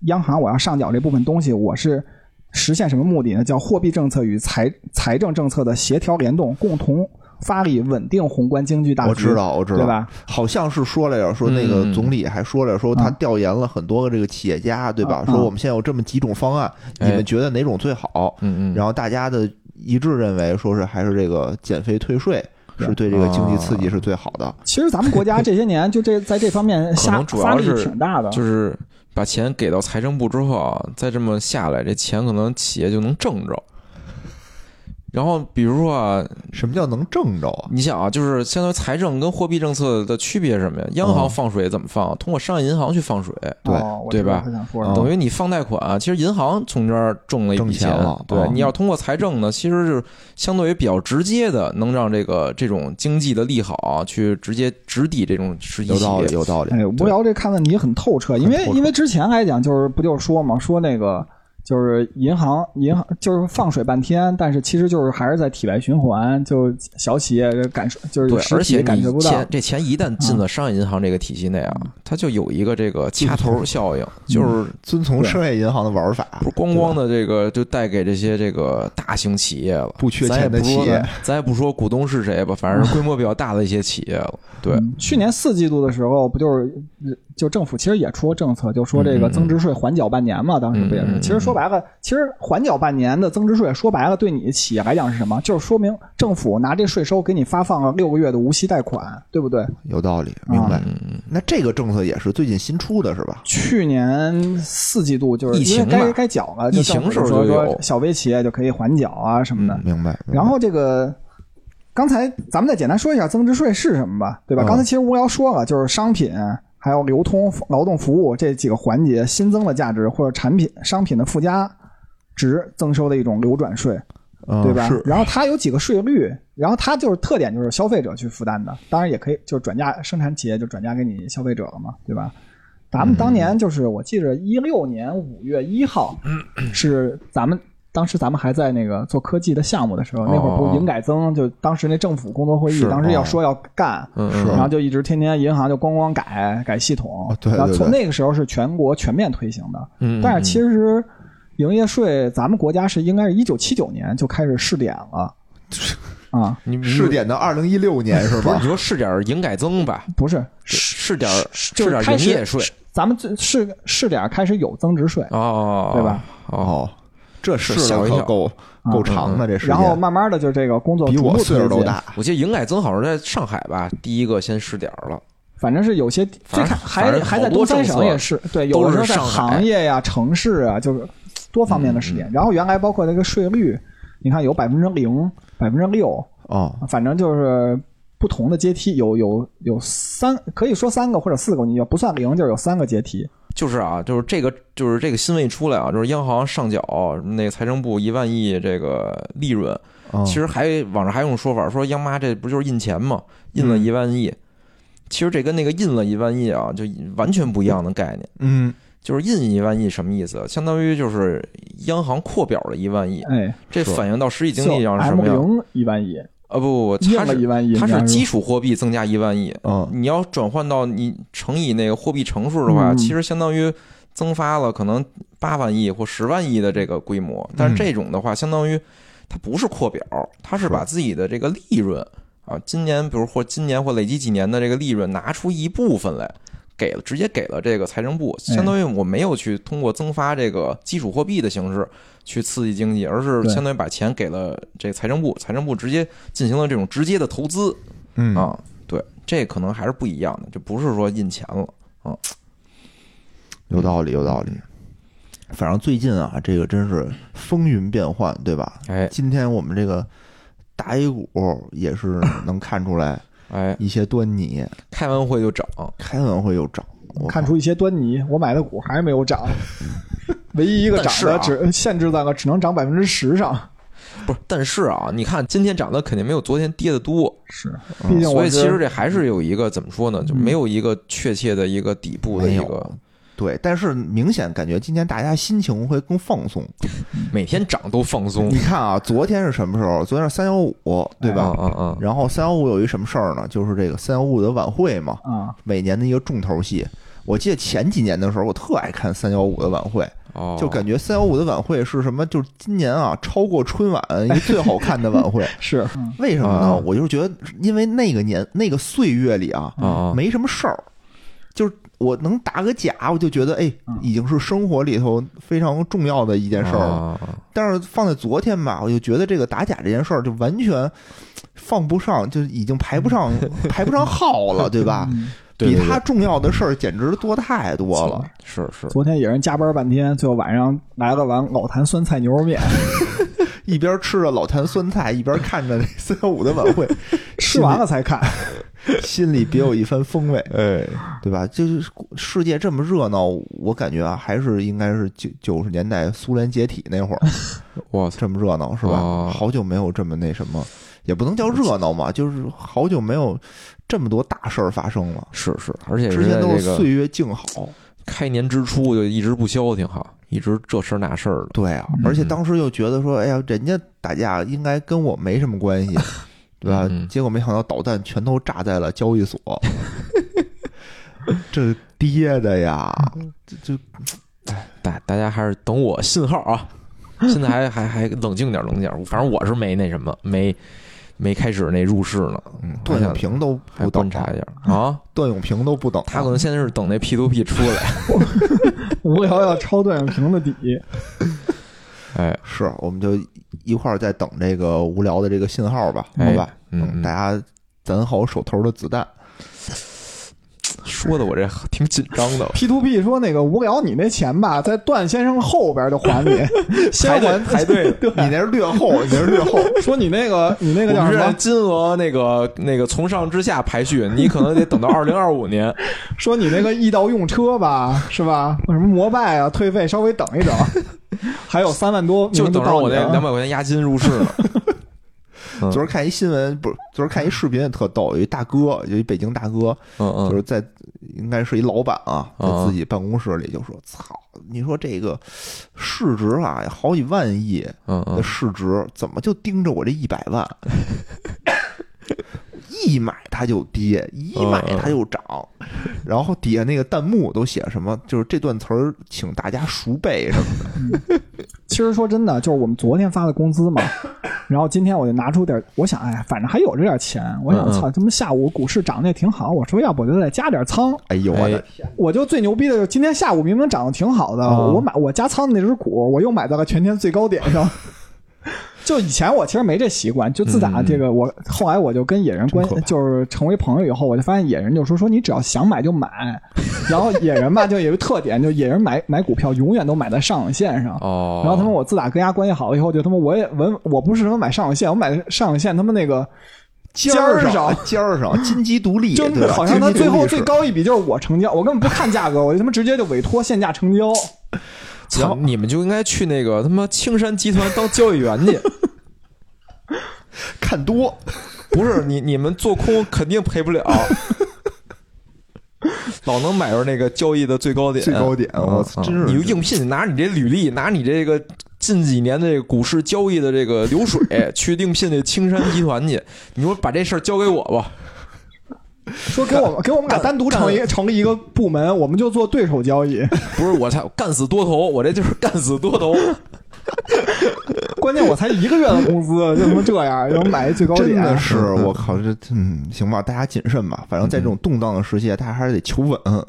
[SPEAKER 3] 央行我要上缴这部分东西，我是实现什么目的呢？叫货币政策与财财政政策的协调联动，共同发力稳定宏观经济大局。
[SPEAKER 1] 我知，道，我知道，
[SPEAKER 3] 对吧？
[SPEAKER 1] 好像是说来着，说那个
[SPEAKER 2] 嗯
[SPEAKER 1] 总理还说来着，说他
[SPEAKER 3] 嗯
[SPEAKER 1] 调研了很多个这个企业家，对吧？
[SPEAKER 3] 嗯
[SPEAKER 1] 说我们现在有这么几种方案，
[SPEAKER 2] 哎
[SPEAKER 1] 你们觉得哪种最好？
[SPEAKER 2] 嗯嗯，
[SPEAKER 1] 然后大家的一致认为，说是还是这个减肥退税是对这啊个经济刺激是最好的。
[SPEAKER 3] 其实咱们国家这些年就这在这方面
[SPEAKER 2] 可
[SPEAKER 3] 下
[SPEAKER 2] 能主要
[SPEAKER 3] 发力
[SPEAKER 2] 是
[SPEAKER 3] 挺
[SPEAKER 1] 啊
[SPEAKER 3] 大的，
[SPEAKER 2] 就是把钱给到财政部之后啊，再这么下来，这钱可能企业就能挣着。然后比如说啊，
[SPEAKER 1] 什么叫能挣着啊？
[SPEAKER 2] 你想啊，就是相当于财政跟货币政策的区别是什么呀？央行
[SPEAKER 1] 嗯
[SPEAKER 2] 放水怎么放？通过商业银行去放水，
[SPEAKER 1] 对
[SPEAKER 3] 哦、我
[SPEAKER 2] 对
[SPEAKER 3] 知道
[SPEAKER 2] 吧
[SPEAKER 3] 他想说
[SPEAKER 1] 嗯
[SPEAKER 3] 什么
[SPEAKER 2] 等于你放贷款、啊其实银行从这儿挣了一笔
[SPEAKER 1] 挣钱了
[SPEAKER 2] 对，
[SPEAKER 1] 嗯
[SPEAKER 2] 你要通过财政呢，其实是相对于比较直接的，能让这个这种经济的利好啊去直接直抵这种实体
[SPEAKER 1] 有
[SPEAKER 2] 企
[SPEAKER 1] 道
[SPEAKER 2] 业
[SPEAKER 1] 理，。有道理。
[SPEAKER 3] 哎，无聊这看问题很透彻，因为
[SPEAKER 1] 很透彻
[SPEAKER 3] 因为之前来讲就是不就是说嘛，说那个就是银行银行就是放水半天，但是其实就是还是在体外循环，就小企业感受就是
[SPEAKER 2] 对，
[SPEAKER 3] 实
[SPEAKER 2] 而
[SPEAKER 3] 体
[SPEAKER 2] 且
[SPEAKER 3] 感觉
[SPEAKER 2] 你
[SPEAKER 3] 不到。嗯
[SPEAKER 2] 钱这钱一旦进了商业银行这个体系内啊，它就有一个这个掐头效 应，就是
[SPEAKER 1] 遵从
[SPEAKER 3] 对
[SPEAKER 1] 商业银行的玩法，
[SPEAKER 2] 不是光光的这个就带给这些这个大型企业了。
[SPEAKER 1] 不缺
[SPEAKER 2] 咱也
[SPEAKER 1] 钱
[SPEAKER 2] 不
[SPEAKER 1] 的企
[SPEAKER 2] 说
[SPEAKER 1] 业，，
[SPEAKER 2] 咱也不说股东是谁吧，反正是规模比较大的一些企业 了。对，
[SPEAKER 3] 嗯去年四季度的时候，不就是就政府其实也出了政策，就说这个增值税缓缴半年嘛，当时不也
[SPEAKER 2] 嗯嗯嗯
[SPEAKER 3] 是？
[SPEAKER 2] 嗯
[SPEAKER 3] 其实说白了，其实缓缴半年的增值税，说白了对你企业来讲是什么？就是说明政府拿这税收给你发放了六个月的无息贷款，对不对？
[SPEAKER 1] 有道理，明白。
[SPEAKER 2] 嗯，
[SPEAKER 1] 啊那这个政策也是最近新出的，是吧？
[SPEAKER 3] 去年四季度就是
[SPEAKER 2] 疫
[SPEAKER 3] 因
[SPEAKER 2] 情
[SPEAKER 3] 为
[SPEAKER 2] 嘛
[SPEAKER 3] 该该缴了，就
[SPEAKER 2] 疫情
[SPEAKER 3] 政府
[SPEAKER 2] 时候
[SPEAKER 3] 说
[SPEAKER 2] 就有嗯
[SPEAKER 3] 说小微企业就可以缓缴啊什么的。
[SPEAKER 1] 嗯明白。
[SPEAKER 3] 然后这个刚才咱们再简单说一下增值税是什么吧，对吧？
[SPEAKER 1] 嗯
[SPEAKER 3] 刚才其实无聊说了，就是商品。还有流通、劳动服务这几个环节新增的价值或者产品、商品的附加值增收的一种流转税，
[SPEAKER 1] 嗯
[SPEAKER 3] 对吧？
[SPEAKER 1] 是
[SPEAKER 3] 然后它有几个税率，然后它就是特点就是消费者去负担的，当然也可以就是转嫁生产企业就转嫁给你消费者了嘛，对吧？
[SPEAKER 1] 嗯
[SPEAKER 3] 咱们当年就是我记着一六年五月一号是咱们当时咱们还在那个做科技的项目的时候，
[SPEAKER 2] 哦
[SPEAKER 3] 那会儿不是营改增，就当时那政府工作会议，
[SPEAKER 1] 是
[SPEAKER 3] 当时要
[SPEAKER 1] 哦
[SPEAKER 3] 说要干，
[SPEAKER 2] 嗯
[SPEAKER 1] 是
[SPEAKER 3] 然后就一直天天银行就咣咣改改系统
[SPEAKER 1] 哦，对对
[SPEAKER 3] 然后从
[SPEAKER 1] 对
[SPEAKER 3] 那个时候是全国全面推行的，
[SPEAKER 2] 嗯，
[SPEAKER 3] 但是其实营业税咱们国家是应该是一九七九年就开始试点 了，啊，
[SPEAKER 2] 你你
[SPEAKER 1] 试点到二零一六年是
[SPEAKER 2] 不是
[SPEAKER 1] 吧
[SPEAKER 2] 嗯你？说试点儿营改增吧，
[SPEAKER 3] 不是
[SPEAKER 2] 试点儿试
[SPEAKER 3] 就是
[SPEAKER 2] 点儿
[SPEAKER 3] 开
[SPEAKER 2] 营
[SPEAKER 3] 始
[SPEAKER 2] 业税
[SPEAKER 3] 咱们最试试点开始有增值税，
[SPEAKER 2] 哦，
[SPEAKER 3] 对吧？
[SPEAKER 2] 哦，
[SPEAKER 1] 哦，这试
[SPEAKER 2] 吓我
[SPEAKER 1] 的
[SPEAKER 2] 一
[SPEAKER 1] 可
[SPEAKER 2] 跳
[SPEAKER 1] 够
[SPEAKER 3] 啊
[SPEAKER 1] 够长的这时间，
[SPEAKER 3] 然后慢慢的就这个工作
[SPEAKER 1] 比
[SPEAKER 3] 逐步
[SPEAKER 1] 我岁数
[SPEAKER 3] 推
[SPEAKER 1] 都
[SPEAKER 3] 进
[SPEAKER 1] 大。
[SPEAKER 2] 我记得营改增好像是在上海吧，第一个先试点儿了。
[SPEAKER 3] 反正是有些最
[SPEAKER 2] 反
[SPEAKER 3] 开
[SPEAKER 2] 正
[SPEAKER 3] 还
[SPEAKER 2] 反正
[SPEAKER 3] 还在
[SPEAKER 2] 好多
[SPEAKER 3] 东三
[SPEAKER 2] 政
[SPEAKER 3] 省
[SPEAKER 2] 策
[SPEAKER 3] 也是对，
[SPEAKER 2] 都
[SPEAKER 3] 有的时
[SPEAKER 2] 是
[SPEAKER 3] 候在
[SPEAKER 2] 上海嗯
[SPEAKER 3] 行业呀、城市啊，就是多方面的试点。然后原来包括那个税率，你看有百分之零、百分之六，
[SPEAKER 1] 哦，
[SPEAKER 3] 反正就是不同的阶梯，有有有三，可以说三个或者四个，你要不算零，就是有三个阶梯。
[SPEAKER 2] 就是啊，就是这个，就是这个新闻一出来啊，就是央行上缴那财政部一万亿这个利润，
[SPEAKER 3] 嗯
[SPEAKER 1] 哦
[SPEAKER 2] 其实还网上还有种说法说央妈这不就是印钱吗？
[SPEAKER 3] 嗯
[SPEAKER 2] 印了一万亿，其实这跟那个印了一万亿啊，就完全不一样的概念。
[SPEAKER 1] 嗯，
[SPEAKER 2] 就是印一万亿什么意思？啊相当于就是央行扩表了一万亿，
[SPEAKER 3] 哎，
[SPEAKER 2] 这
[SPEAKER 1] 是
[SPEAKER 2] 反映到实际经
[SPEAKER 3] 就
[SPEAKER 2] 济上是什
[SPEAKER 3] M
[SPEAKER 2] 么样？
[SPEAKER 3] 零一万亿，
[SPEAKER 2] 啊不不不，
[SPEAKER 3] 印
[SPEAKER 2] 它
[SPEAKER 3] 了一
[SPEAKER 2] 是
[SPEAKER 3] 万亿，
[SPEAKER 2] 它
[SPEAKER 3] 你
[SPEAKER 2] 是
[SPEAKER 3] 要
[SPEAKER 2] 基础货币增加一万亿，
[SPEAKER 3] 嗯
[SPEAKER 1] 哦，
[SPEAKER 2] 你要转换到你乘以那个货币乘数的话，
[SPEAKER 3] 嗯
[SPEAKER 2] 其实相当于增发了可能八万亿或十万亿的这个规模。但是
[SPEAKER 3] 嗯
[SPEAKER 2] 这种的话，相当于它不是扩表，它是把自己的这个利润啊，今年比如或今年或累积几年的这个利润拿出一部分来。给了，直接给了这个财政部，
[SPEAKER 3] 哎
[SPEAKER 2] 相当于我没有去通过增发这个基础货币的形式去刺激经济，而是
[SPEAKER 3] 对
[SPEAKER 2] 相当于把钱给了这个财政部，财政部直接进行了这种直接的投资。
[SPEAKER 1] 嗯，
[SPEAKER 2] 啊，对，这可能还是不一样的，就不是说印钱了。
[SPEAKER 1] 有道理，有道理。反正最近啊，这个真是风云变幻，对吧？
[SPEAKER 2] 哎
[SPEAKER 1] 今天我们这个大 A 股也 是能看出来
[SPEAKER 2] 哎，
[SPEAKER 1] 一些端倪，
[SPEAKER 2] 开完会就涨，
[SPEAKER 1] 开完会又涨，我
[SPEAKER 3] 看
[SPEAKER 1] 靠
[SPEAKER 3] 出一些端倪。我买的股还是没有 涨，唯一一个
[SPEAKER 2] 但
[SPEAKER 3] 涨
[SPEAKER 2] 是
[SPEAKER 3] 的
[SPEAKER 2] 啊
[SPEAKER 3] 只、限制在了只能涨百分之十上。
[SPEAKER 2] 不是？但是啊，你看今天涨的肯定没有昨天跌的多，
[SPEAKER 3] 是，毕竟
[SPEAKER 2] 嗯所
[SPEAKER 3] 我
[SPEAKER 2] 以
[SPEAKER 3] 是
[SPEAKER 2] 其实这还是有一个怎么说呢，就没有一个确切的一个底部的
[SPEAKER 1] 没
[SPEAKER 2] 一
[SPEAKER 1] 有
[SPEAKER 2] 个
[SPEAKER 1] 对，但是明显感觉今天大家心情会更放松。
[SPEAKER 2] 每天涨都放松
[SPEAKER 1] 你，看啊，昨天是什么时候？昨天是三幺五，对吧？
[SPEAKER 2] 嗯嗯嗯，
[SPEAKER 1] 然后三幺五有一什么事儿呢？就是这个三幺五的晚会嘛，
[SPEAKER 3] 啊，
[SPEAKER 1] 每年的一个重头戏。我记得前几年的时候，我特爱看三幺五的晚会，
[SPEAKER 2] 哦，
[SPEAKER 1] 就感觉三幺五的晚会是什么？就是今年啊，超过春晚一最好看的晚 会。
[SPEAKER 3] 是，嗯
[SPEAKER 1] 为什么
[SPEAKER 2] 啊
[SPEAKER 1] 呢？我就是觉得，因为那个年那个岁月里啊，
[SPEAKER 2] 啊，
[SPEAKER 1] 没什么事儿，就是我能打个假，我就觉得哎
[SPEAKER 3] 嗯，
[SPEAKER 1] 已经是生活里头非常重要的一件事儿了。
[SPEAKER 2] 啊，啊
[SPEAKER 1] 但是放在昨天吧，我就觉得这个打假这件事儿就完全放不上，就已经排不上 排不上号 了，对吧？
[SPEAKER 3] 嗯
[SPEAKER 2] 嗯对对
[SPEAKER 1] 比
[SPEAKER 2] 对
[SPEAKER 1] 他重要的事儿简直多太多了。
[SPEAKER 2] 是是，
[SPEAKER 3] 昨天也是加班半天，最后晚上来了碗老坛酸菜牛 肉面，
[SPEAKER 1] 一边吃着老坛酸菜，一边看着那三幺五的晚 会，
[SPEAKER 3] 吃完了才看。
[SPEAKER 1] 心里别有一番风味，
[SPEAKER 2] 哎，
[SPEAKER 1] 对吧？就是世界这么热闹，我感觉啊，还是应该是九九十年代苏联解体那会儿
[SPEAKER 2] 我操，
[SPEAKER 1] 这么热闹，是吧？
[SPEAKER 2] 哦
[SPEAKER 1] 好久没有这么那什么，也不能叫热闹嘛，就是好久没有这么多大事儿发生了。
[SPEAKER 2] 是是，而且
[SPEAKER 1] 之
[SPEAKER 2] 是
[SPEAKER 1] 前
[SPEAKER 2] 在
[SPEAKER 1] 都
[SPEAKER 2] 这
[SPEAKER 1] 是
[SPEAKER 2] 个
[SPEAKER 1] 岁月静好，
[SPEAKER 2] 开年之初就一直不消停哈，一直这事儿那事儿的，
[SPEAKER 1] 对啊
[SPEAKER 3] 嗯，
[SPEAKER 1] 而且当时又觉得说，哎呀，人家打架应该跟我没什么关 系，对吧
[SPEAKER 2] 嗯？
[SPEAKER 1] 结果没想到导弹全都炸在了交易 所，这跌的呀，
[SPEAKER 2] 嗯
[SPEAKER 1] 这这
[SPEAKER 2] 大哎大家还是等我信号啊！现在还还还冷静点，冷静点。反正我是没那什么，没没开始那入市呢，
[SPEAKER 1] 嗯
[SPEAKER 2] 还
[SPEAKER 1] 段
[SPEAKER 2] 想
[SPEAKER 1] 永平都
[SPEAKER 2] 啊还
[SPEAKER 1] 不等
[SPEAKER 2] 观察一下啊。
[SPEAKER 1] 段永平都不啊等，
[SPEAKER 2] 他可能现在是等那 P to P 出 来。
[SPEAKER 3] 无聊要抄段永平的底，。
[SPEAKER 2] 哎，
[SPEAKER 1] 是，我们就一块儿再等这个无聊的这个信号吧，
[SPEAKER 2] 哎
[SPEAKER 1] 好吧？
[SPEAKER 2] 嗯嗯
[SPEAKER 1] 大家攒好手头的子弹，
[SPEAKER 2] 嗯说的我这挺紧张的
[SPEAKER 3] P to P 说那个无聊，你那钱吧，在段先生后边就还你，先还
[SPEAKER 2] 排队
[SPEAKER 3] 对，
[SPEAKER 1] 你那是略后，你那是略后，
[SPEAKER 3] 说你那个 你那
[SPEAKER 2] 我
[SPEAKER 3] 个叫
[SPEAKER 2] 们
[SPEAKER 3] 什
[SPEAKER 2] 是按
[SPEAKER 3] 么？
[SPEAKER 2] 金额那个那个从上至下排序，你可能得等到二零二五 年。
[SPEAKER 3] 说你那个易到用车吧，是吧？什么摩拜啊，退费稍微等 一等，还有三万多，
[SPEAKER 2] 就
[SPEAKER 3] 明天
[SPEAKER 2] 等着
[SPEAKER 3] 到
[SPEAKER 2] 我
[SPEAKER 3] 你啊
[SPEAKER 2] 那
[SPEAKER 3] 了
[SPEAKER 2] 两百块钱押金入市呢。嗯
[SPEAKER 1] 昨儿看一新闻，不是昨儿看一视频也特逗，有一大哥，有一北京大哥，
[SPEAKER 2] 嗯嗯，
[SPEAKER 1] 就是在应该是一老板啊，在
[SPEAKER 2] 嗯嗯
[SPEAKER 1] 自己办公室里就说：“操，你说这个市值啊，好几万亿
[SPEAKER 2] 嗯
[SPEAKER 1] 的
[SPEAKER 2] 嗯
[SPEAKER 1] 市值，怎么就盯着我这一百万？一买它就跌，一
[SPEAKER 2] 嗯
[SPEAKER 1] 买它就涨。”然后底下那个弹幕都写什么，就是这段词儿，请大家熟背什么的。
[SPEAKER 3] 其实说真的，就是我们昨天发的工资 嘛，然后今天我就拿出点儿，我想，哎，反正还有这点钱，我
[SPEAKER 2] 嗯
[SPEAKER 3] 想，
[SPEAKER 2] 嗯
[SPEAKER 3] 操，他妈下午股市涨得也挺好，我说要不我就再加点仓，
[SPEAKER 1] 哎呦我的
[SPEAKER 2] 哎
[SPEAKER 1] 天！
[SPEAKER 3] 我就最牛逼的就是今天下午明明涨得挺好的，
[SPEAKER 2] 啊
[SPEAKER 3] 我买我加仓的那只股，我又买到了全天最高点上。 就以前我其实没这习惯，就自打这个我、后来我就跟野人关
[SPEAKER 1] 嗯真可怕
[SPEAKER 3] 就是成为朋友以后，我就发现野人就说说你只要想买就买， 然后野人吧就有一个特点，就野人买买股票永远都买在上影线上。
[SPEAKER 2] 哦，
[SPEAKER 3] 然后他们我自打跟家关系好了以后，就他妈我也文我不是什么买上影线，我买上影线他们那个
[SPEAKER 1] 尖儿
[SPEAKER 3] 尖儿
[SPEAKER 1] 上
[SPEAKER 3] 上，
[SPEAKER 1] 尖儿上，金鸡独立，
[SPEAKER 3] 就
[SPEAKER 1] 对吧
[SPEAKER 3] 好像他
[SPEAKER 1] 金鸡
[SPEAKER 3] 最
[SPEAKER 1] 独立
[SPEAKER 3] 后
[SPEAKER 1] 是
[SPEAKER 3] 最高一笔就是我成交，我根本不看价格，我就他妈直接就委托限价成交。
[SPEAKER 2] 操，你们就应该去那个他妈青山集团当交易员去，
[SPEAKER 1] 看多，
[SPEAKER 2] 不是你你们做空肯定 赔不了，老能买着那个交易的最高点，
[SPEAKER 1] 最高点
[SPEAKER 2] 嗯
[SPEAKER 1] 我操
[SPEAKER 2] 嗯
[SPEAKER 1] 真是
[SPEAKER 2] 你就应聘，拿你这履历，拿你这个近几年的这个股市交易的这个流水去应聘那青山集团去，你说把这事儿交给我吧，
[SPEAKER 3] 说给我们给我们俩单独成一个成立一个部门，我们就做对手交易。
[SPEAKER 2] 不是我才干死多头，我这就是干死 多头，
[SPEAKER 3] 关键我才一个月的工资，就他妈这样，然后买一最高点，
[SPEAKER 1] 真的是嗯我靠，这嗯，行吧，大家谨慎吧。反正在这种动荡的世界，大家还是得求稳，
[SPEAKER 2] 嗯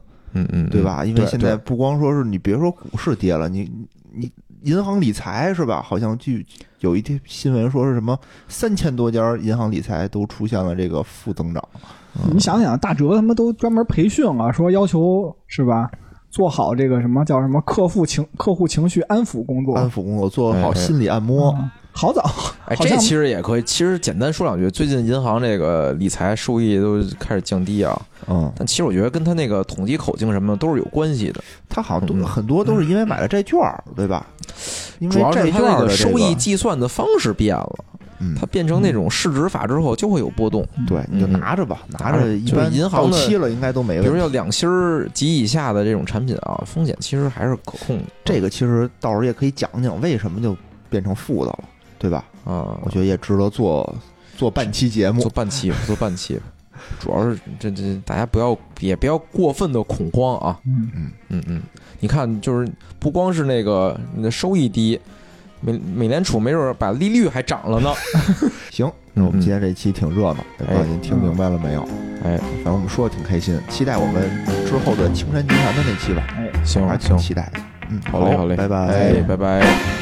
[SPEAKER 2] 嗯，
[SPEAKER 1] 对吧？因为
[SPEAKER 2] 对
[SPEAKER 1] 现在
[SPEAKER 2] 对
[SPEAKER 1] 不光说是你，别说股市跌了，你你银行理财是吧？好像据有一些新闻说是什么三千多家银行理财都出现了这个负增长，
[SPEAKER 3] 你想想，大哲他们都专门培训了，说要求是吧，做好这个什么叫什么客户情客户情绪安抚工作。嗯
[SPEAKER 1] 安抚工作做好
[SPEAKER 2] 哎哎
[SPEAKER 1] 心理按摩，
[SPEAKER 3] 好早，
[SPEAKER 2] 哎，
[SPEAKER 3] 好
[SPEAKER 2] 这
[SPEAKER 3] 像
[SPEAKER 2] 其实也可以。其实简单说两句，最近银行这个理财收益都开始降低啊，
[SPEAKER 1] 嗯，
[SPEAKER 2] 但其实我觉得跟他那个统计口径什么的都是有关系的，
[SPEAKER 1] 他好像都
[SPEAKER 2] 嗯
[SPEAKER 1] 很多都是因为买了债券儿，对吧？因
[SPEAKER 2] 主
[SPEAKER 1] 为
[SPEAKER 2] 要
[SPEAKER 1] 债
[SPEAKER 2] 是他
[SPEAKER 1] 券
[SPEAKER 2] 那
[SPEAKER 1] 儿
[SPEAKER 2] 个
[SPEAKER 1] 的这
[SPEAKER 2] 收
[SPEAKER 1] 个
[SPEAKER 2] 益计算的方式变了，
[SPEAKER 1] 嗯
[SPEAKER 2] 它变成那种市值法之后就会有波动。
[SPEAKER 1] 对，你就
[SPEAKER 2] 嗯
[SPEAKER 1] 拿着吧，拿
[SPEAKER 2] 拿
[SPEAKER 1] 着
[SPEAKER 2] 着
[SPEAKER 1] 一
[SPEAKER 2] 就是
[SPEAKER 1] 般
[SPEAKER 2] 银
[SPEAKER 1] 到
[SPEAKER 2] 行的
[SPEAKER 1] 期了应该都没
[SPEAKER 2] 比
[SPEAKER 1] 问
[SPEAKER 2] 如
[SPEAKER 1] 题。
[SPEAKER 2] 要两星儿及以下的这种产品啊，风险其实还是可控的。
[SPEAKER 1] 这个其实到时候也可以讲讲为什么就变成负的了，对吧？
[SPEAKER 2] 啊，
[SPEAKER 1] 我觉得也值得做做半期节目
[SPEAKER 2] 做。半期吧，做半期吧。主要是这这，大家不要也不要过分的恐慌啊。
[SPEAKER 3] 嗯
[SPEAKER 2] 嗯嗯，你看，就是不光是那个你的收益低，美美联储没准儿把利率还涨了呢。
[SPEAKER 1] 行，那我们
[SPEAKER 2] 嗯
[SPEAKER 1] 今天这期挺热闹，也不知道您听明白了没有？
[SPEAKER 2] 哎，
[SPEAKER 1] 反正我们说的挺开心，期待我们之后的青山集团的那期吧，
[SPEAKER 3] 哎，
[SPEAKER 2] 行
[SPEAKER 1] 我还是挺
[SPEAKER 2] 行，
[SPEAKER 1] 期待的。嗯，
[SPEAKER 2] 好嘞好嘞，
[SPEAKER 1] 拜拜。
[SPEAKER 2] 哎，拜拜。